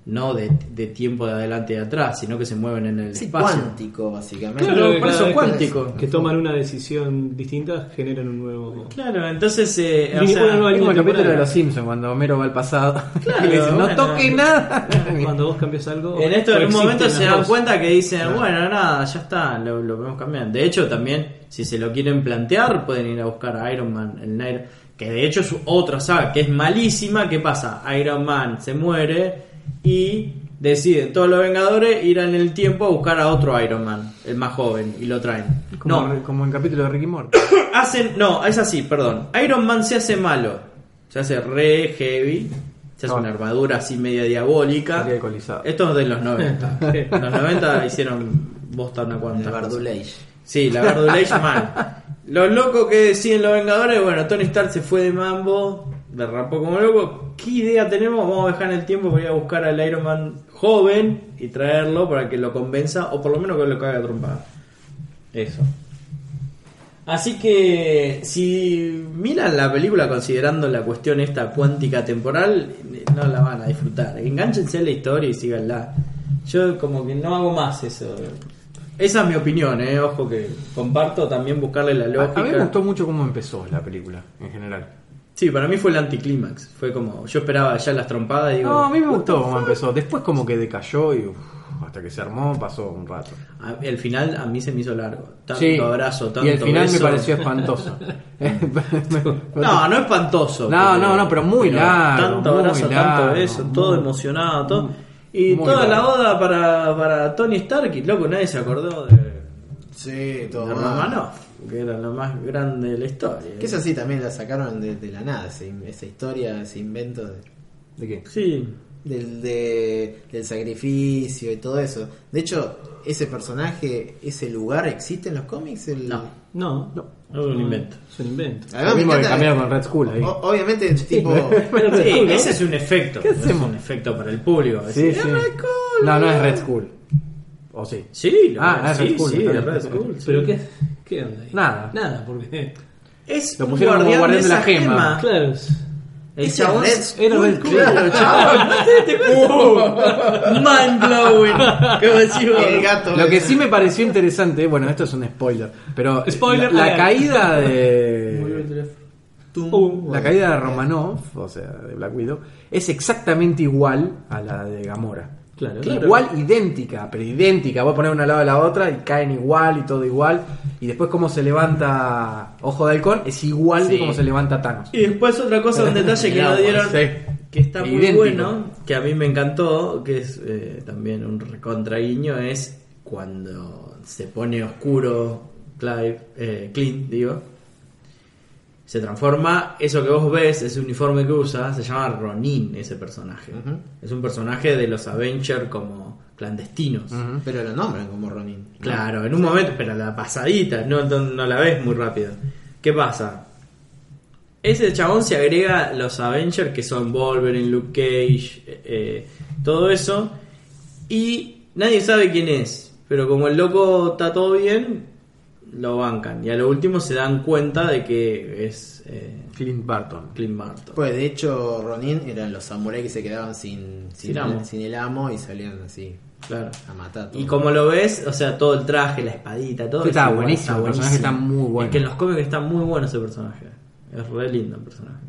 S1: No de, de tiempo de adelante y de atrás, sino que se mueven en el
S2: Sí,
S1: espacio.
S2: cuántico, básicamente.
S1: Claro,
S5: Claro,
S1: por
S5: cada
S1: eso
S5: vez
S1: cuántico.
S5: Que toman una decisión distinta, generan un nuevo.
S1: Claro, entonces... eh, o
S5: Ni
S1: sea,
S5: una nueva
S4: es como el
S5: línea
S4: capítulo de
S5: temporal.
S4: los Simpsons cuando Homero va al pasado
S1: Claro,
S4: y le dicen,
S1: bueno.
S4: no toque nada
S5: Cuando vos cambias algo.
S1: En esto, en un
S5: coexisten
S1: momento
S5: las
S1: se dan
S5: dos.
S1: cuenta que dicen, bueno, nada, ya está, lo, lo podemos cambiar. De hecho, también, si se lo quieren plantear, pueden ir a buscar a Iron Man, el Nair, que de hecho es otra saga que es malísima. ¿Qué pasa? Iron Man se muere y deciden todos los Vengadores ir en el tiempo a buscar a otro Iron Man, el más joven, y lo traen.
S4: Como,
S1: no,
S4: como en capítulo de Ricky Morty.
S1: hacen, no, es así, perdón. Iron Man se hace malo, se hace re heavy, se hace
S4: No.
S1: una armadura así media diabólica.
S4: Ah. Sería alcoholizado.
S1: Esto es de los 90. En los 90 hicieron bosta una cuanta.
S2: Verdulage.
S1: Sí, la Verdulage mal. Lo loco que deciden los Vengadores, bueno, Tony Stark se fue de mambo, derrapó como loco. ¿Qué idea tenemos? Vamos a dejar en el tiempo para ir a buscar al Iron Man joven y traerlo para que lo convenza o por lo menos que lo caga a trompada. Eso. Así que si miran la película considerando la cuestión esta cuántica temporal, no la van a disfrutar. Enganchense a la historia y síganla. Yo como que no hago más eso. Esa es mi opinión, eh. ojo que comparto también buscarle la
S4: A, a mí me
S1: lógica.
S4: gustó mucho cómo empezó la pelíclula, en general.
S1: Sí, para mí fue el anticlímax. Fue como, yo esperaba ya las trompadas y digo,
S4: No, a mí me gustó cómo empezó. Después como que decayó y uf, hasta que se armó pasó un rato.
S1: a- el final a mí se me hizo largo. Tanto
S4: Sí.
S1: abrazo, tanto
S4: y el final
S1: beso.
S4: me pareció espantoso. Eh,
S1: No, no espantoso.
S4: No, no, no, pero muy largo,
S1: Tanto
S4: muy
S1: abrazo,
S4: largo,
S1: tanto beso, todo
S4: muy-
S1: emocionado, todo. Y
S4: muy
S1: toda la
S4: largo.
S1: oda para, para Tony Stark, y loco, nadie se acordó de, de
S2: Sí, todo mal.
S1: Romanoff, que era lo más grande de la historia.
S2: Que es así también, la sacaron de, de la nada, ese- esa historia, ese invento de-
S4: ¿De qué?
S1: Sí,
S2: del, de- del sacrificio y todo eso. De hecho, ese personaje, ese lugar, ¿existe en los cómics? El-
S1: No.
S5: No,
S4: No.
S1: no un invento.
S5: es un invento.
S2: Además,
S4: Lo mismo
S2: me
S4: que
S2: encanta-
S4: cambiaron con Red Skull ahí.
S2: o- Obviamente, tipo...
S1: Sí, ese es un efecto.
S4: ¿Qué
S1: es
S4: hacemos?
S1: un efecto para el público. "Ah,
S4: Sí,
S1: Es-
S4: sí. No, no es Red Skull. O sí.
S1: Sí, lo-
S4: Ah, es
S1: sí,
S4: Red Skull,
S1: sí,
S4: está
S1: es
S4: bien.
S1: Red Skull, sí.
S5: ¿Pero qué, qué onda ahí?
S4: Nada.
S5: Nada, porque. Ah,
S1: Es
S4: Lo
S1: un
S4: pusieron como
S1: guardián
S4: guardián de la
S1: esa
S4: gema.
S5: Claro, es-
S1: El
S2: Ese
S1: chabón
S2: es
S5: era Red Skull.
S2: Claro, chabón. Uh,
S1: mind blowing. ¿Cómo decimos?
S2: El gato.
S4: Lo que sí me pareció interesante, bueno, esto es un spoiler, pero
S5: Spoiler
S4: la, la
S5: alert.
S4: caída de
S2: Tum.
S4: la caída de Romanoff, o sea, de Black Widow, es exactamente igual a la de Gamora.
S5: Claro,
S4: Que
S5: claro.
S4: Igual, idéntica, pero idéntica. Voy a poner una al lado de la otra y caen igual y todo igual. Y después cómo se levanta Ojo de Halcón es igual de cómo se levanta Thanos.
S1: Y después otra cosa, un detalle que
S4: Mirá,
S1: nos dieron
S4: sí.
S1: que está muy
S4: Idéntico.
S1: bueno, que a mí me encantó, que es eh, también un recontraguiño, es cuando se pone oscuro Clive, eh, Clint, digo, se transforma, eso que vos ves, ese uniforme que usa, se llama Ronin ese personaje. Es un personaje de los Avengers como clandestinos.
S2: Pero lo nombran como Ronin.
S1: Claro, en un momento, pero la pasadita, no, no, no la ves muy rápido. ¿Qué pasa? Ese chabón se agrega los Avengers que son Wolverine, Luke Cage, eh, eh, todo eso. Y nadie sabe quién es. Pero como el loco está todo bien, lo bancan. Y a lo último se dan cuenta de que es eh,
S4: Clint Barton.
S1: Clint Barton.
S2: Pues de hecho, Ronin eran los samuráis que se quedaban sin, sin,
S1: Sin amo.
S2: sin el amo y salían así
S1: Claro.
S2: a matar.
S1: Y como lo ves, o sea, todo el traje, la espadita, todo
S4: Sí, está
S1: eso, bueno,
S4: buenísimo, el personaje está muy bueno.
S1: Es que en los cómics está muy bueno ese personaje. Es re lindo el personaje.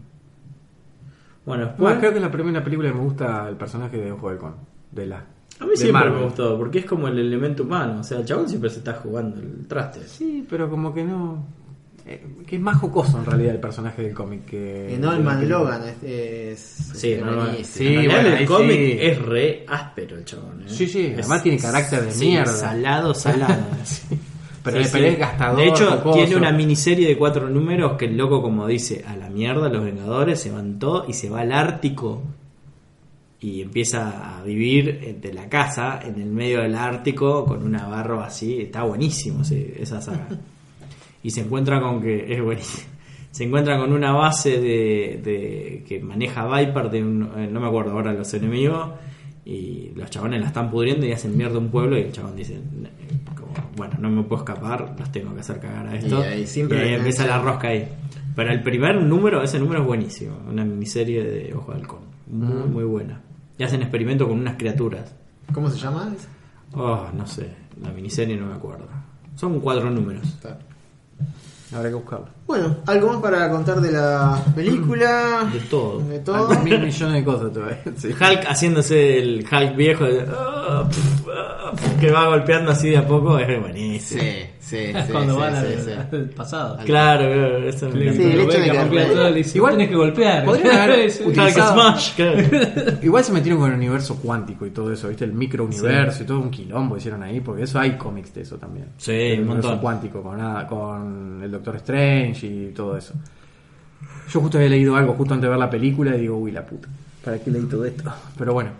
S1: Bueno, después.
S4: Bueno, Ah, creo que es la primera película que me gusta el personaje de Ojo de Halcón. De la,
S1: a mí
S4: de
S1: siempre
S4: Marvel.
S1: me gustó, porque es como el elemento humano. O sea, el chabón siempre se está jugando el traste.
S4: Sí, pero como que no. eh, que es más jocoso en realidad el personaje del cómic que.
S2: En
S4: de la
S2: Olman
S4: película.
S2: Eh, Logan es. es
S1: Sí,
S2: es
S1: no, no,
S2: buenísimo.
S4: sí.
S1: en realidad
S4: bueno, ahí
S1: el cómic
S4: sí.
S1: es re áspero el chabón. ¿eh?
S4: Sí, sí,
S1: Es-
S4: además tiene carácter de
S1: sí,
S4: mierda.
S1: Salado, salado.
S4: Pero,
S1: Sí,
S4: pero
S1: sí.
S4: es gastador.
S1: De hecho,
S4: jocoso.
S1: tiene una miniserie de cuatro números que el loco, como dice, a la mierda, los Vengadores, se van todo y se va al Ártico. Y empieza a vivir eh, de la casa en el medio del Ártico con una barba así. Está buenísimo sí, esa saga. Y se encuentra con que es buenísimo. Se encuentra con una base de, de- que maneja Viper, de un- eh, no me acuerdo ahora los enemigos, y los chabones la están pudriendo y hacen mierda un pueblo y el chabón dice, "N- como, bueno, no me puedo escapar, los tengo que hacer cagar a esto.
S2: Y ahí siempre
S1: Y ahí
S2: la
S1: empieza la
S2: engancha.
S1: rosca ahí. Pero el primer número, ese número es buenísimo, una miniserie de Ojo de Halcón, muy, muy buena. Y hacen experimento con unas criaturas.
S2: ¿Cómo se llama?
S1: Oh, no sé, la miniserie no me acuerdo. Son cuatro números.
S2: Está.
S4: Habrá que buscarlo.
S2: Bueno, algo más para contar de la película.
S1: De todo.
S2: De todo.
S4: este, Hay mil millones de cosas todavía. Sí.
S1: Hulk haciéndose el Hulk viejo. de, "Ah, pf, ah, que va golpeando así de a poco es buenísimo.
S2: Sí, sí,
S5: Es
S2: sí.
S5: cuando
S2: sí,
S5: van
S2: sí,
S5: al,
S2: sí.
S5: al pasado.
S1: Claro, claro, eso me
S2: Sí,
S1: encanta.
S2: el hecho de que-
S5: Igual tenés que golpear.
S4: Podrían haber
S5: Es-
S1: Claro, que
S4: utilizado-
S1: Smash, claro.
S4: Igual se metieron con el universo cuántico y todo eso, ¿viste? El microuniverso y todo un quilombo hicieron ahí, porque eso hay cómics de eso también.
S1: Sí,
S4: el
S1: un
S4: universo
S1: montón.
S4: cuántico con, nada- con el Doctor Strange y todo eso. Yo justo había leído algo justo antes de ver la película y digo, uy, la puta, ¿para qué leí todo esto? Pero bueno,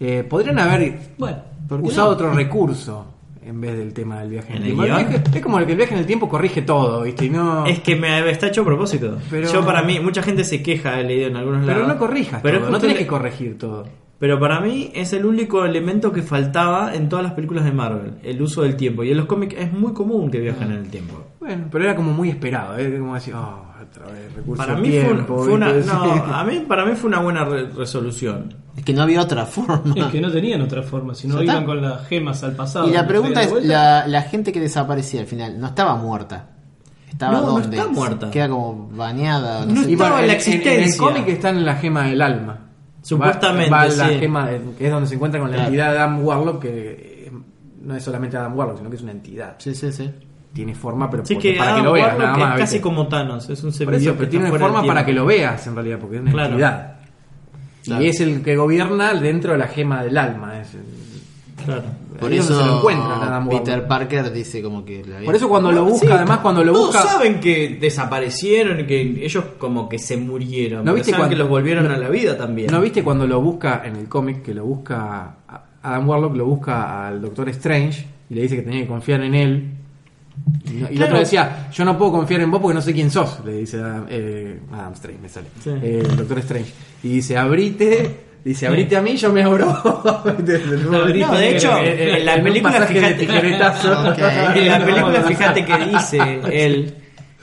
S4: Eh, podrían haber
S5: Bueno,
S4: ¿Por qué usado otro recurso en vez del tema del viaje en
S1: ¿En
S4: el
S1: el
S4: tiempo. El
S1: guión?
S4: viaje- es como el que el viaje en el tiempo corrige todo, ¿viste? Y no...
S1: Es que me está hecho a propósito.
S4: Pero-
S1: Yo para mí, mucha gente se queja, he leído en algunos
S4: pero
S1: lados.
S4: no corrijas
S1: Pero es
S4: todo, no
S1: justo
S4: tenés
S1: el-
S4: que corregir todo.
S1: Pero para mí es el único elemento que faltaba en todas las películas de Marvel, el uso del tiempo. Y en los cómics es muy común que viajan en el tiempo.
S4: Bueno, pero era como muy esperado, ¿eh? Como decir, oh, otra vez, recurso
S1: Para
S4: al
S1: mí, fue una-
S4: tiempo",
S1: fue una,
S4: ¿viste?
S1: no, a mí, para mí fue una buena re- resolución.
S2: Es que no había otra forma.
S5: Es que no tenían otra forma, sino
S2: Ya
S5: iban
S2: está.
S5: con las gemas al pasado.
S2: y la
S5: que
S2: pregunta
S5: traían
S2: es,
S5: de vuelta.
S2: la, la gente que desaparecía al final, ¿no estaba muerta? ¿Estaba
S1: No, no
S2: dónde?
S1: está muerta.
S2: Queda como bañada. No,
S1: No
S2: sé.
S4: Y
S1: Estaba
S4: bueno,
S1: en la
S4: en- en- En, el
S1: existencia.
S4: cómic está en la gema del alma.
S1: Supuestamente,
S4: Va, va la
S1: sí.
S4: gema, de- que es donde se encuentra con la
S2: Claro.
S4: entidad de Adam Warlock, que eh, no es solamente Adam Warlock, sino que es una entidad.
S2: Sí, sí, sí.
S4: Tiene forma, pero
S1: Así
S4: por-
S1: que,
S4: para que
S1: Adam
S4: lo veas,
S1: Warlock
S4: nada
S1: es
S4: más.
S1: casi
S4: ¿viste?
S1: como Thanos, es un
S4: Por
S1: semidios
S4: eso, pero
S1: está
S4: tiene
S1: fuera del
S4: forma para que
S1: tiempo.
S4: lo veas, en realidad, porque es una
S1: Claro.
S4: entidad.
S2: Claro.
S4: Y es el que gobierna dentro de la gema del alma. es-
S1: Claro.
S2: Por
S4: ahí es
S2: eso
S4: donde se lo encuentran, Adam Warlock.
S2: Peter Parker dice como que... la había-
S4: Por eso cuando lo busca,
S1: Sí,
S4: además cuando lo
S1: todos
S4: busca...
S1: saben que desaparecieron, que ellos como que se murieron.
S4: ¿No
S1: pero
S4: viste
S1: saben
S4: cuando-
S1: que los volvieron
S4: no-
S1: a la vida también.
S4: ¿No viste cuando lo busca en el cómic que lo busca Adam Warlock lo busca al Doctor Strange y le dice que tenía que confiar en él? Y, no- y el
S1: Claro.
S4: otro decía, yo no puedo confiar en vos porque no sé quién sos, le dice Adam, eh, Adam Strange, me sale.
S1: Sí.
S4: Eh, el Doctor Strange. Y dice, abrite, dice, abrite a mí, yo me abro.
S1: No,
S4: no,
S1: de hecho, en la película, fíjate, en la película, fíjate que dice él,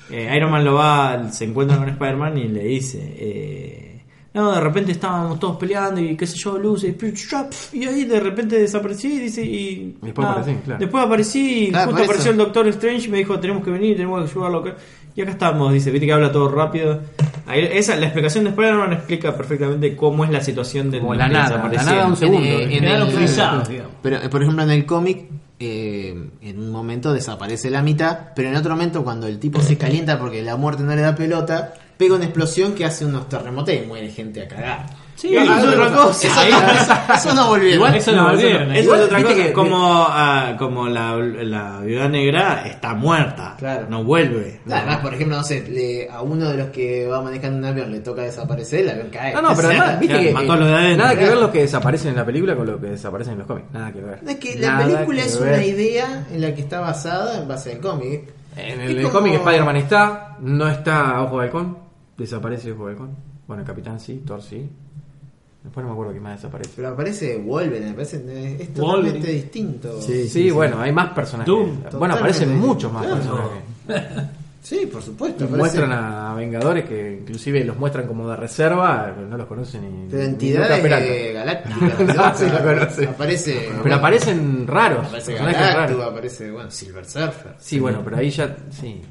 S1: eh, Iron Man lo va, se encuentra con Spider-Man y le dice, eh, no, de repente estábamos todos peleando y qué sé yo, luces, piu, chua, pf, y ahí de repente desaparecí y dice, y
S4: Después aparecí, claro.
S1: después aparecí y
S2: Claro,
S1: justo
S2: por eso.
S1: apareció el Doctor Strange y me dijo, tenemos que venir, tenemos que ayudarlo acá. Y acá estamos, dice, viste que habla todo rápido. Ahí- Esa, la explicación de Spider-Man explica perfectamente cómo es la situación del
S4: Como la
S1: del
S4: nada, la nada
S1: desaparecido.
S4: un segundo.
S2: En- en-
S5: Quedaron
S2: en-
S5: frisados, digamos.
S2: Pero, eh, por ejemplo, en el cómic, eh, en un momento desaparece la mitad, pero en otro momento, cuando el tipo se calienta porque la muerte no le da pelota, pega una explosión que hace unos terremotes y muere gente a cagar.
S5: Sí,
S2: Ah,
S5: eso es otra cosa.
S2: Eso, eso- eso no volvieron.
S5: Igual eso lo
S4: No, eso no.
S5: volvieron.
S1: Eso ¿eh?
S4: Igual,
S1: es otra
S4: viste
S1: cosa.
S4: que-
S1: como ah, como la, la viuda negra está muerta.
S2: Claro.
S1: No vuelve.
S2: No, Además, por ejemplo, no sé, le- a uno de los que va manejando un avión le toca desaparecer, el avión cae.
S4: No, no, pero
S2: O sea,
S4: además, viste
S1: claro,
S4: que.
S1: mató a los de adentro.
S4: nada que ver
S2: Claro.
S4: los que desaparecen en la película con lo que desaparecen en los cómics. Nada que ver.
S2: Es que la
S4: Nada
S2: película
S4: que
S2: es
S4: ver.
S2: una idea en la que está basada en base al cómic.
S4: En
S2: Es
S4: el,
S2: como-
S4: cómic Spider-Man está, no está Ojo de Halcón, desaparece Ojo de Halcón. Bueno, el Capitán sí, Thor sí. Después no me acuerdo quién más desaparece.
S2: Pero aparece Wolverine, aparece, eh, es totalmente
S5: Wolverine.
S2: distinto.
S4: Sí, bueno, hay más personajes.
S5: Doom.
S4: Bueno,
S2: Totalmente.
S4: aparecen muchos más
S2: Claro.
S4: personajes.
S2: Sí, por supuesto.
S4: Y
S2: aparece-
S4: Muestran a Vengadores que inclusive los muestran como de reserva, pero no los conocen ni.
S2: Pero
S4: ni Luca
S2: entidades
S4: Peralta.
S2: de galácticas.
S4: No, sí, lo conoce.
S2: Aparece.
S4: Pero aparecen raros.
S2: Aparece
S4: personajes
S2: Galactus,
S4: raros.
S2: aparece, bueno, Silver Surfer.
S4: Sí, bueno, pero ahí ya. Sí.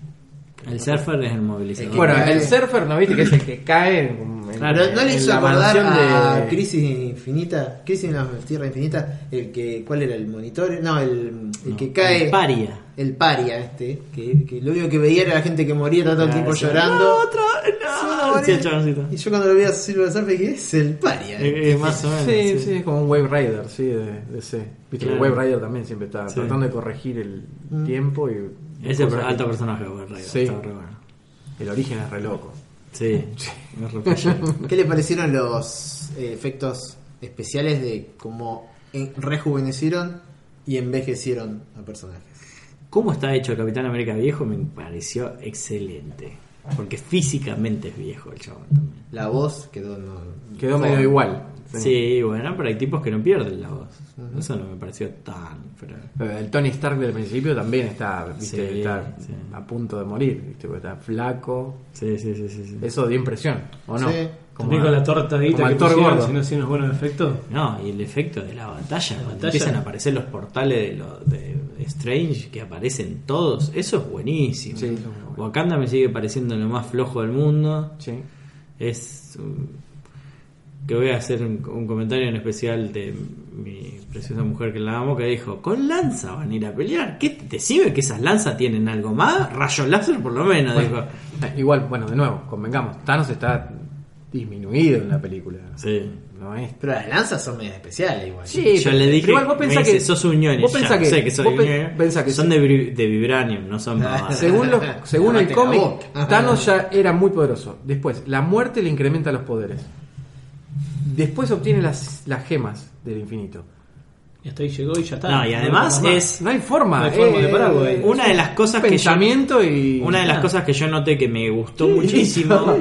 S1: El surfer es el movilizador.
S2: que-
S4: Bueno,
S2: cae.
S4: el surfer, ¿no viste? Que es el que cae. en- en-
S2: Pero no le
S4: en
S2: hizo
S4: la
S2: acordar
S4: mansión
S2: a
S4: de-
S2: Crisis Infinita, Crisis en la Tierra Infinita, el que, ¿cuál era el monitor? No, el, el que cae,
S1: El paria.
S2: el paria este, que, que lo único que veía era la gente que moría todo el tiempo llorando.
S1: No, sí, el chaboncito.
S2: Y yo cuando lo vi a Silver Surfer dije, es el paria.
S1: Eh, eh, más o menos.
S4: Sí, sí,
S1: sí.
S4: es como un Wave Rider, sí, de, de ese. Viste, que el
S1: Claro.
S4: Wave Rider también siempre está
S1: Sí.
S4: tratando de corregir el tiempo y.
S1: Ese
S4: cosas
S1: alto
S4: que-
S1: personaje, Power Ranger,
S4: Sí.
S1: está re bueno.
S4: El origen es re loco.
S1: Sí. Es re pillado.
S2: ¿Qué le parecieron los eh, efectos especiales de cómo en- rejuvenecieron y envejecieron a personajes?
S1: ¿Cómo está hecho el Capitán América viejo? Me pareció excelente. Porque físicamente es viejo el chabón también.
S2: La voz quedó no,
S4: Quedó medio igual.
S1: Sí. bueno, pero hay tipos que no pierden la voz. Eso no me pareció tan. Pero...
S4: Eh, El Tony Stark del principio también está, viste,
S1: Sí,
S4: está
S1: sí.
S4: a punto de morir, viste, porque está flaco.
S1: Sí, sí, sí, sí. sí.
S4: Eso dio impresión, ¿o no?
S2: Sí.
S5: También con la tortadita
S4: como
S5: que
S4: actor
S5: pusieron,
S4: gordo.
S5: si no hacían unos buenos efectos.
S1: No, y el efecto de la batalla, cuando
S5: batalla.
S1: empiezan a aparecer los portales de, lo- de Strange, que aparecen todos, eso es buenísimo.
S4: Sí, eso es muy bueno.
S1: Wakanda me sigue pareciendo lo más flojo del mundo.
S4: Sí.
S1: Es. um, que voy a hacer un, un comentario en especial de mi preciosa mujer que la amo, que dijo, con lanza van a ir a pelear. ¿Qué te sirve que esas lanzas tienen algo más? Rayo láser por lo menos,
S4: Bueno,
S1: dijo.
S4: eh, Igual, bueno, de nuevo, convengamos, Thanos está disminuido en la película.
S1: Sí.
S4: No es.
S2: Pero las lanzas son medias especiales igual.
S4: Sí,
S1: Yo
S4: pero-
S1: le dije,
S4: pero igual vos
S1: me
S4: pensá
S1: dice,
S4: que-
S1: sos un ñoño,
S4: vos
S1: ya,
S4: pensá que-
S1: sé que soy
S4: vos
S1: un
S4: pe-
S1: ñoño.
S4: pensá que
S1: son
S4: sí. Ah,
S1: de, vibri- de vibranium, no son
S5: Ah,
S1: mamadas.
S4: Según, los- según el
S2: Cállate la
S4: cómic,
S2: boca.
S4: Thanos ya era muy poderoso. Después, la muerte le incrementa los poderes. Después obtiene las, las gemas del infinito.
S5: Y hasta ahí llegó y ya está.
S1: No, y además
S5: No, no, no.
S1: es
S4: No hay forma. eh,
S5: No hay forma de parar, güey.
S1: Una de las cosas que yo-
S4: pensamiento y
S1: Una de las
S4: Ah.
S1: cosas que yo noté que me gustó muchísimo,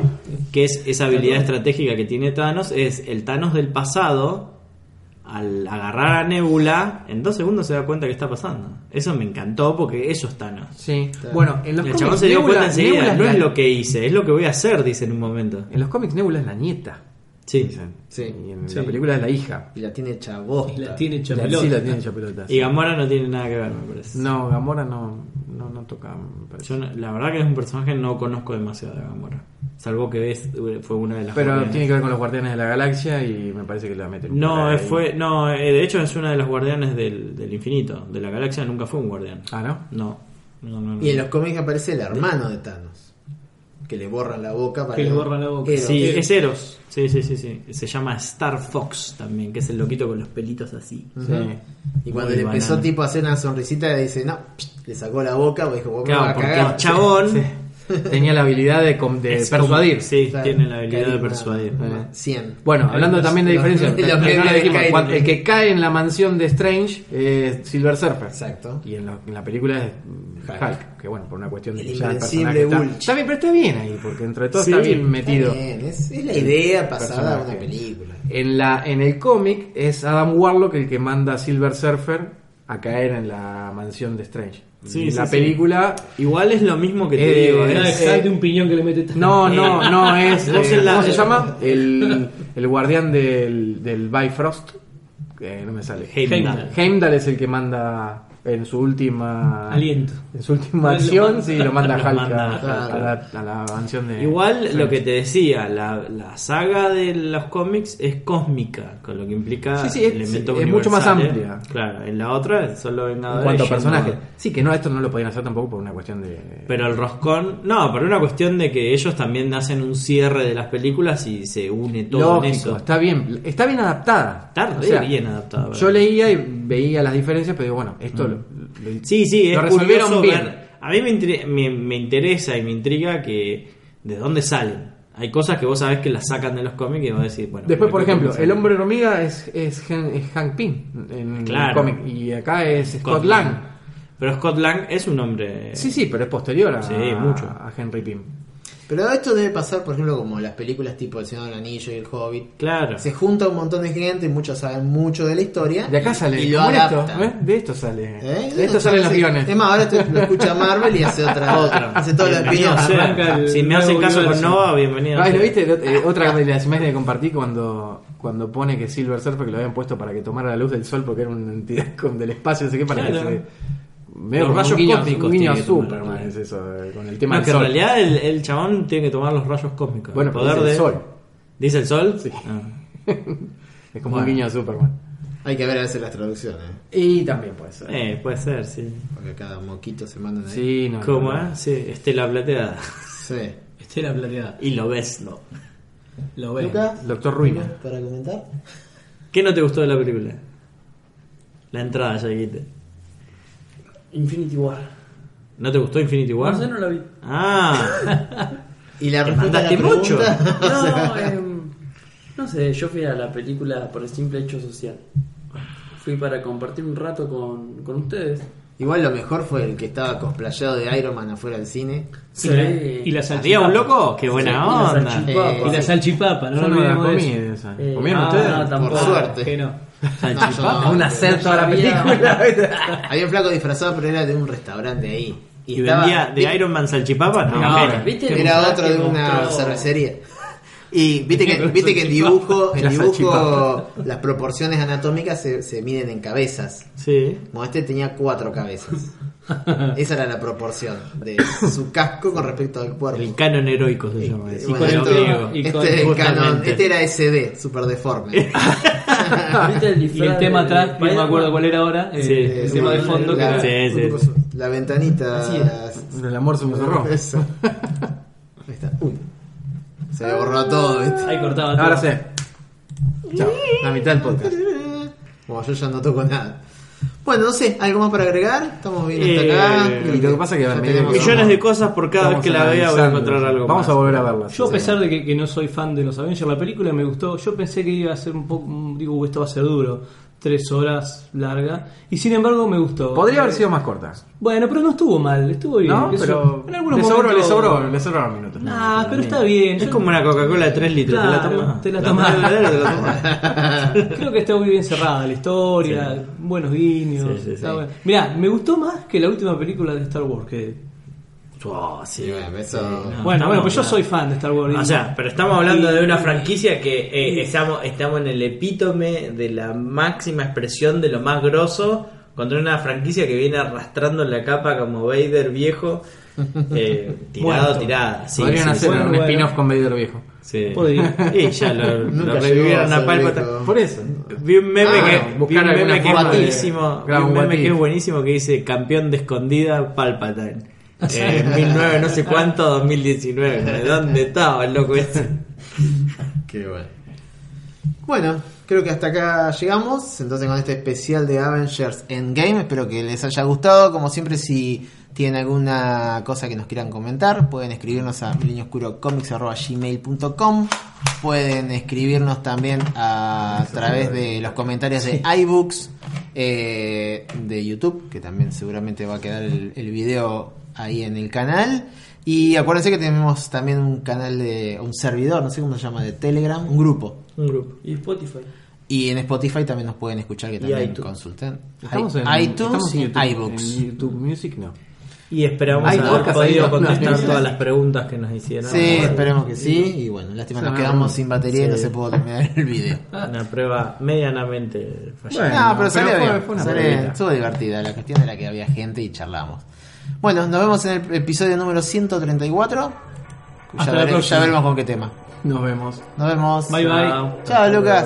S1: que es esa habilidad estratégica que tiene Thanos, es el Thanos del pasado, al agarrar a Nebula, en dos segundos se da cuenta que está pasando. Eso me encantó porque eso es Thanos.
S4: Sí. Bueno, en los
S1: El chabón
S4: cómics
S1: se dio
S4: Nebula-
S1: cuenta enseguida,
S4: Nebula
S1: no es
S4: la-
S1: lo que hice, es lo que voy a hacer, dice en un momento.
S4: En los cómics Nebula es la nieta.
S1: Sí.
S4: dicen.
S2: Sí.
S4: Y en
S5: Sí.
S4: la película es la hija.
S2: Y la tiene hecha bosta.
S5: La tiene Ah, hecha
S4: La,
S5: pelota.
S4: sí la tiene hecha pelota.
S1: Y Gamora no tiene nada que ver, me parece.
S4: No, Gamora no, no, no toca. me parece.
S1: Yo no- la verdad que es un personaje que no conozco demasiado de Gamora. Salvo que es, fue una de las
S4: Pero
S1: guardianes.
S4: tiene que ver con los Guardianes de la Galaxia y me parece que la meten.
S1: No,
S4: por ahí.
S1: eh, fue, no, eh, de hecho es una de las guardianes del, del infinito, de la galaxia nunca fue un guardián.
S4: Ah, ¿no?
S1: No, no, no. no.
S2: Y en los cómics aparece el hermano de Thanos. Que le borran la boca para
S5: Que le borran la boca.
S2: Eros.
S1: Sí, es Eros. Sí, sí, sí, sí. Se llama Star Fox también, que es el loquito con los pelitos así.
S4: Sí.
S2: Y cuando
S1: Muy
S2: le empezó
S1: banana.
S2: tipo a hacer una sonrisita le dice, no, psh, le sacó la boca, pues dijo, vos me
S1: Claro,
S2: vas a
S1: porque
S2: cagar.
S1: el chabón
S4: Tenía la habilidad de, com- de
S1: es
S4: persuadir.
S1: como- Sí,
S2: Claro,
S1: tiene la habilidad de
S2: carisma,
S1: persuadir.
S2: eh, 100.
S4: Bueno, hablando también de
S2: Los-
S4: diferencias,
S2: los
S4: no lo
S2: memes
S4: dijimos,
S2: caen.
S4: cuando- el que cae en la mansión de Strange es Silver Surfer.
S2: Exacto.
S4: Y en, lo- en la película es mm,
S2: Hulk.
S4: Hulk. que bueno, por una cuestión de
S2: El
S4: que ya el
S2: invencible
S4: personaje está,
S2: Hulk.
S4: está bien, pero está bien ahí, porque entre todo
S1: Sí,
S4: está bien
S2: Está
S4: metido.
S2: bien, es, es la idea pasada a
S4: Personaje.
S2: una película.
S4: En, la, en el cómic es Adam Warlock el que manda a Silver Surfer a caer en la mansión de Strange.
S1: Sí,
S4: en
S1: sí,
S4: la
S1: sí.
S4: película...
S1: Igual es lo mismo que te
S4: Eh,
S1: digo.
S4: eh,
S5: Nada,
S1: es-
S5: exacto, un piñón que le mete.
S4: No, no, no es...
S1: Vos
S4: eh,
S1: en la-
S4: ¿Cómo se llama? El, el guardián del, del Bifrost. Eh, no me sale.
S1: Heimdall.
S4: Heimdall es el que manda en su última
S5: Aliento.
S4: En su última
S5: Lo
S4: acción,
S5: manda-
S4: sí, lo manda
S1: lo
S4: Hulk
S1: manda
S4: a, a la, a la mansión de.
S1: Igual lo que te decía, la, la saga de los cómics es cósmica, con lo que implica
S4: Sí, sí, es-
S1: elementos
S4: sí, es mucho más
S1: universales.
S4: amplia.
S1: Claro, en la otra es solo
S4: En
S1: Vengadores.
S4: cuanto a
S1: y ya
S4: personajes.
S1: no-
S4: Sí, que no, esto no lo podían hacer tampoco por una cuestión de.
S1: Pero el roscón, no, pero una cuestión de que ellos también hacen un cierre de las películas y se une todo en
S4: Lógico,
S1: eso.
S4: está bien, está bien adaptada.
S1: Está re bien adaptada,
S4: Yo
S1: ¿verdad?
S4: leía y veía las diferencias, pero digo, bueno, esto lo, lo-
S1: Sí, sí, es
S4: lo resolvieron
S1: curioso
S4: bien.
S1: ver- A mí me, intre- me- me interesa y me intriga que de dónde salen. Hay cosas que vos sabés que las sacan de los cómics y vos decís, bueno.
S4: Después, por
S1: ¿qué
S4: ejemplo,
S1: cómics
S4: el
S1: son?
S4: hombre hormiga es, es, Han- es Hank Pym en
S1: Claro.
S4: el cómic, y acá es Scott,
S1: Scott
S4: Lang.
S1: Lang. Pero Scott Lang es un hombre.
S4: Sí, sí, pero es posterior a,
S1: Sí, mucho.
S4: a Henry Pym.
S2: Pero esto debe pasar, por ejemplo, como las películas tipo El Señor del Anillo y El Hobbit.
S1: Claro.
S2: Se junta un montón de gente, muchos saben mucho de la historia.
S4: De acá sale.
S2: Y lo
S4: ¿cómo era
S2: adaptan.
S4: esto? ¿Ves? De esto sale.
S2: ¿Eh?
S4: De esto salen los
S2: Sí.
S4: guiones.
S2: Es más, ahora esto lo escucha Marvel y hace otra. Hace todo lo de
S1: Bienvenido
S2: Pinocho.
S1: sea.
S5: Arranca el
S1: Si me hacen
S5: nuevo
S1: caso con
S5: universo.
S1: Nova, bienvenido.
S4: Ay, ¿lo
S1: sea.
S4: viste? Lo- eh, otra de las imágenes que compartí cuando, cuando pone que Silver Surfer que lo habían puesto para que tomara la luz del sol porque era una entidad con, del espacio, no sé qué, para
S1: Claro.
S4: que se. Medio
S1: Los
S4: como
S1: rayos
S4: un guiño,
S1: cósmicos
S4: un guiño a
S1: tiene que tomar,
S4: Superman,
S1: claro.
S4: es eso, eh, con el
S1: No,
S4: tema
S1: que
S4: del
S1: en
S4: sol.
S1: realidad el, el chabón tiene que tomar los rayos cósmicos.
S4: Bueno,
S1: el
S4: pero
S1: poder
S4: dice el
S1: de...
S4: sol.
S1: ¿Dice el sol?
S4: Sí.
S1: Ah.
S4: Es como
S1: Bueno.
S4: un guiño a Superman.
S2: Hay que ver a veces las traducciones. ¿eh?
S4: Y también puede ser.
S1: Eh, puede ser, sí.
S2: Porque cada moquito se mandan ahí.
S4: Sí, no.
S1: ¿Cómo?
S4: no, no.
S1: eh? Sí, estela plateada.
S2: Sí.
S5: Este era plateada.
S1: Y lo ves, ¿no?
S5: Lo ves.
S1: eh?
S4: Doctor Ruina.
S2: ¿algo ¿Para comentar?
S1: ¿Qué no te gustó de la película? La entrada, ya dijiste.
S12: Infinity War.
S1: ¿No te gustó Infinity War?
S12: No sé, no la vi.
S1: Ah,
S2: Y la
S1: Te
S2: respuesta a la
S1: mandaste mucho.
S2: pregunta-
S12: No, em, no sé, yo fui a la película por el simple hecho social. Fui para compartir un rato con, con ustedes.
S2: Igual lo mejor fue el que estaba cosplayado de Iron Man afuera del cine.
S12: Sí.
S5: Y la, y la
S1: ¿había
S5: salchipapa.
S1: un loco? Qué buena
S12: eh, Sí, y la
S1: onda.
S12: salchipapa.
S2: Eh,
S5: Y la salchipapa, no
S4: Yo no la
S5: olvidemos de
S4: comí
S5: eso.
S4: esa.
S12: Eh,
S4: ¿Comieron
S12: ah,
S4: ustedes?
S12: no, tampoco.
S2: Por suerte.
S5: Que no. Ah,
S2: No, yo no.
S4: Una sed toda la
S12: Había-
S4: película.
S2: Había un flaco disfrazado, pero era de un restaurante ahí.
S1: ¿Y vendía de Iron Man salchipapa? No,
S4: No,
S1: ok.
S12: ¿Viste el
S2: Era
S12: mensaje
S2: otro de
S12: que
S2: una
S12: mostró-
S2: cervecería. Y viste que, viste que en dibujo, en
S4: La
S2: dibujo
S4: salchipapa.
S2: las proporciones anatómicas se, se miden en cabezas.
S1: Sí.
S2: Como este tenía cuatro cabezas. Esa era la proporción de su casco con respecto al cuerpo.
S1: El canon heroico se llama.
S2: Y
S1: eso.
S2: bueno,
S1: Canon
S2: esto-
S1: griego.
S2: este, era el canon, este era SD, super deforme.
S7: ¿Viste el
S5: Y el
S7: disfraz
S5: tema
S7: de-
S5: atrás, no me
S7: Spider-Man?
S5: acuerdo cuál era ahora, eh,
S1: Sí.
S5: el tema de fondo que
S2: la,
S5: era-
S1: Sí,
S2: la ventanita.
S4: Así es. El amor se me cerró.
S2: Eso. Ahí está. Uy. Se me borró todo, ¿viste?
S7: Ahí cortaba todo.
S4: Ahora sé.
S2: Chao. La mitad del podcast. Bueno, yo ya no toco nada. Bueno, no sé, ¿algo más para agregar? Estamos bien hasta acá.
S1: Eh,
S2: Creo
S4: y lo que pasa es que
S2: ya
S4: me-
S2: tenemos-
S1: Millones de cosas por cada vez que la vea voy a
S4: analizando.
S1: encontrar algo
S4: Vamos
S1: más.
S4: a volver a verla.
S5: Yo, a pesar de que, que no soy fan de los Avengers, la película me gustó. Yo pensé que iba a ser un poco. mm, Digo, esto va a ser duro. Tres horas larga. Y sin embargo, me gustó.
S4: Podría haber sido más corta.
S5: Bueno, pero no estuvo mal. Estuvo bien.
S4: No,
S5: qué sé
S4: pero.
S5: yo.
S4: Le
S5: En algunos
S4: sobró, le
S5: momentos-
S4: sobró, le sobraron minutos.
S5: Nah, pero está bien.
S1: Es
S5: Yo-
S1: como una Coca-Cola de 3 litros.
S5: Claro,
S1: te la tomas.
S5: te la tomás.
S1: verdadera te la tomás.
S5: Creo que está muy bien cerrada la historia, buenos guiños.
S1: Sí, sí,
S5: está
S2: sí.
S5: bueno. Mirá, me gustó más que la última película de Star Wars. Que...
S1: Oh, sí.
S2: Sí, bueno, eso-
S5: bueno,
S1: no,
S5: bueno, pues yo
S1: claro.
S5: soy fan de Star Wars.
S9: O sea, pero estamos hablando de una franquicia que eh, estamos, estamos en el epítome de la máxima expresión de lo más grosso contra una franquicia que viene arrastrando la capa como Vader viejo, eh, tirado,
S5: Muerto.
S9: tirada. Sí,
S4: Podrían
S9: sí,
S4: hacer
S9: sí.
S4: un
S5: bueno.
S4: spin-off con Vader viejo.
S9: Sí.
S5: Podría.
S9: Y ya lo,
S2: Nunca
S9: lo revivieron
S2: llegó a
S9: a
S2: ser
S9: Palpatine.
S2: viejo.
S4: Por eso.
S9: Vi un meme
S4: Ah,
S9: que,
S4: buscar
S9: vi un meme
S4: alguna
S9: que es
S4: forma de-
S9: buenísimo. Vi
S4: Claro,
S9: un
S4: un
S9: meme
S4: what
S9: que es
S4: if.
S9: buenísimo que dice campeón de escondida Palpatine. Eh, 19 no sé cuánto, 2019. ¿De dónde estaba el loco Este ese?
S2: Qué bueno. Bueno, creo que hasta acá llegamos. Entonces con este especial de Avengers Endgame. Espero que les haya gustado. Como siempre, si tienen alguna cosa que nos quieran comentar, pueden escribirnos a gmail.com Pueden escribirnos también a través de los comentarios de iBooks, eh, de YouTube, que también seguramente va a quedar el, el video ahí en el canal. Y acuérdense que tenemos también un canal de un servidor, no sé cómo se llama, de Telegram, un grupo.
S9: Un grupo.
S7: Y Spotify.
S2: Y en Spotify también nos pueden escuchar, que también
S9: iTunes.
S2: consulten.
S4: Estamos en,
S2: iTunes
S4: estamos en
S2: y
S4: YouTube,
S2: iBooks.
S4: En YouTube Music no.
S9: Y esperamos
S4: Hay
S9: haber
S4: podcast,
S9: podido
S4: hay dos,
S9: contestar
S4: no, no,
S9: todas
S4: no.
S9: las preguntas que nos hicieron.
S2: Sí, esperemos que sí. Y bueno, lástima,
S4: Sí,
S2: nos
S4: no,
S2: quedamos
S4: no.
S2: sin batería y no se pudo terminar el video.
S9: Una prueba medianamente fallada.
S4: Bueno,
S2: no, pero
S4: pero
S2: salió
S4: fue-
S2: bien.
S4: fue una
S2: salió
S4: pruebita.
S2: bien. Estuvo divertida. La cuestión era que había gente y charlamos. Bueno, nos vemos en el episodio número 134. Ya,
S5: Hasta la
S2: vere- ya
S5: próxima.
S2: veremos con qué tema.
S4: Nos vemos.
S2: Nos vemos.
S5: Bye bye.
S2: Chao, Lucas.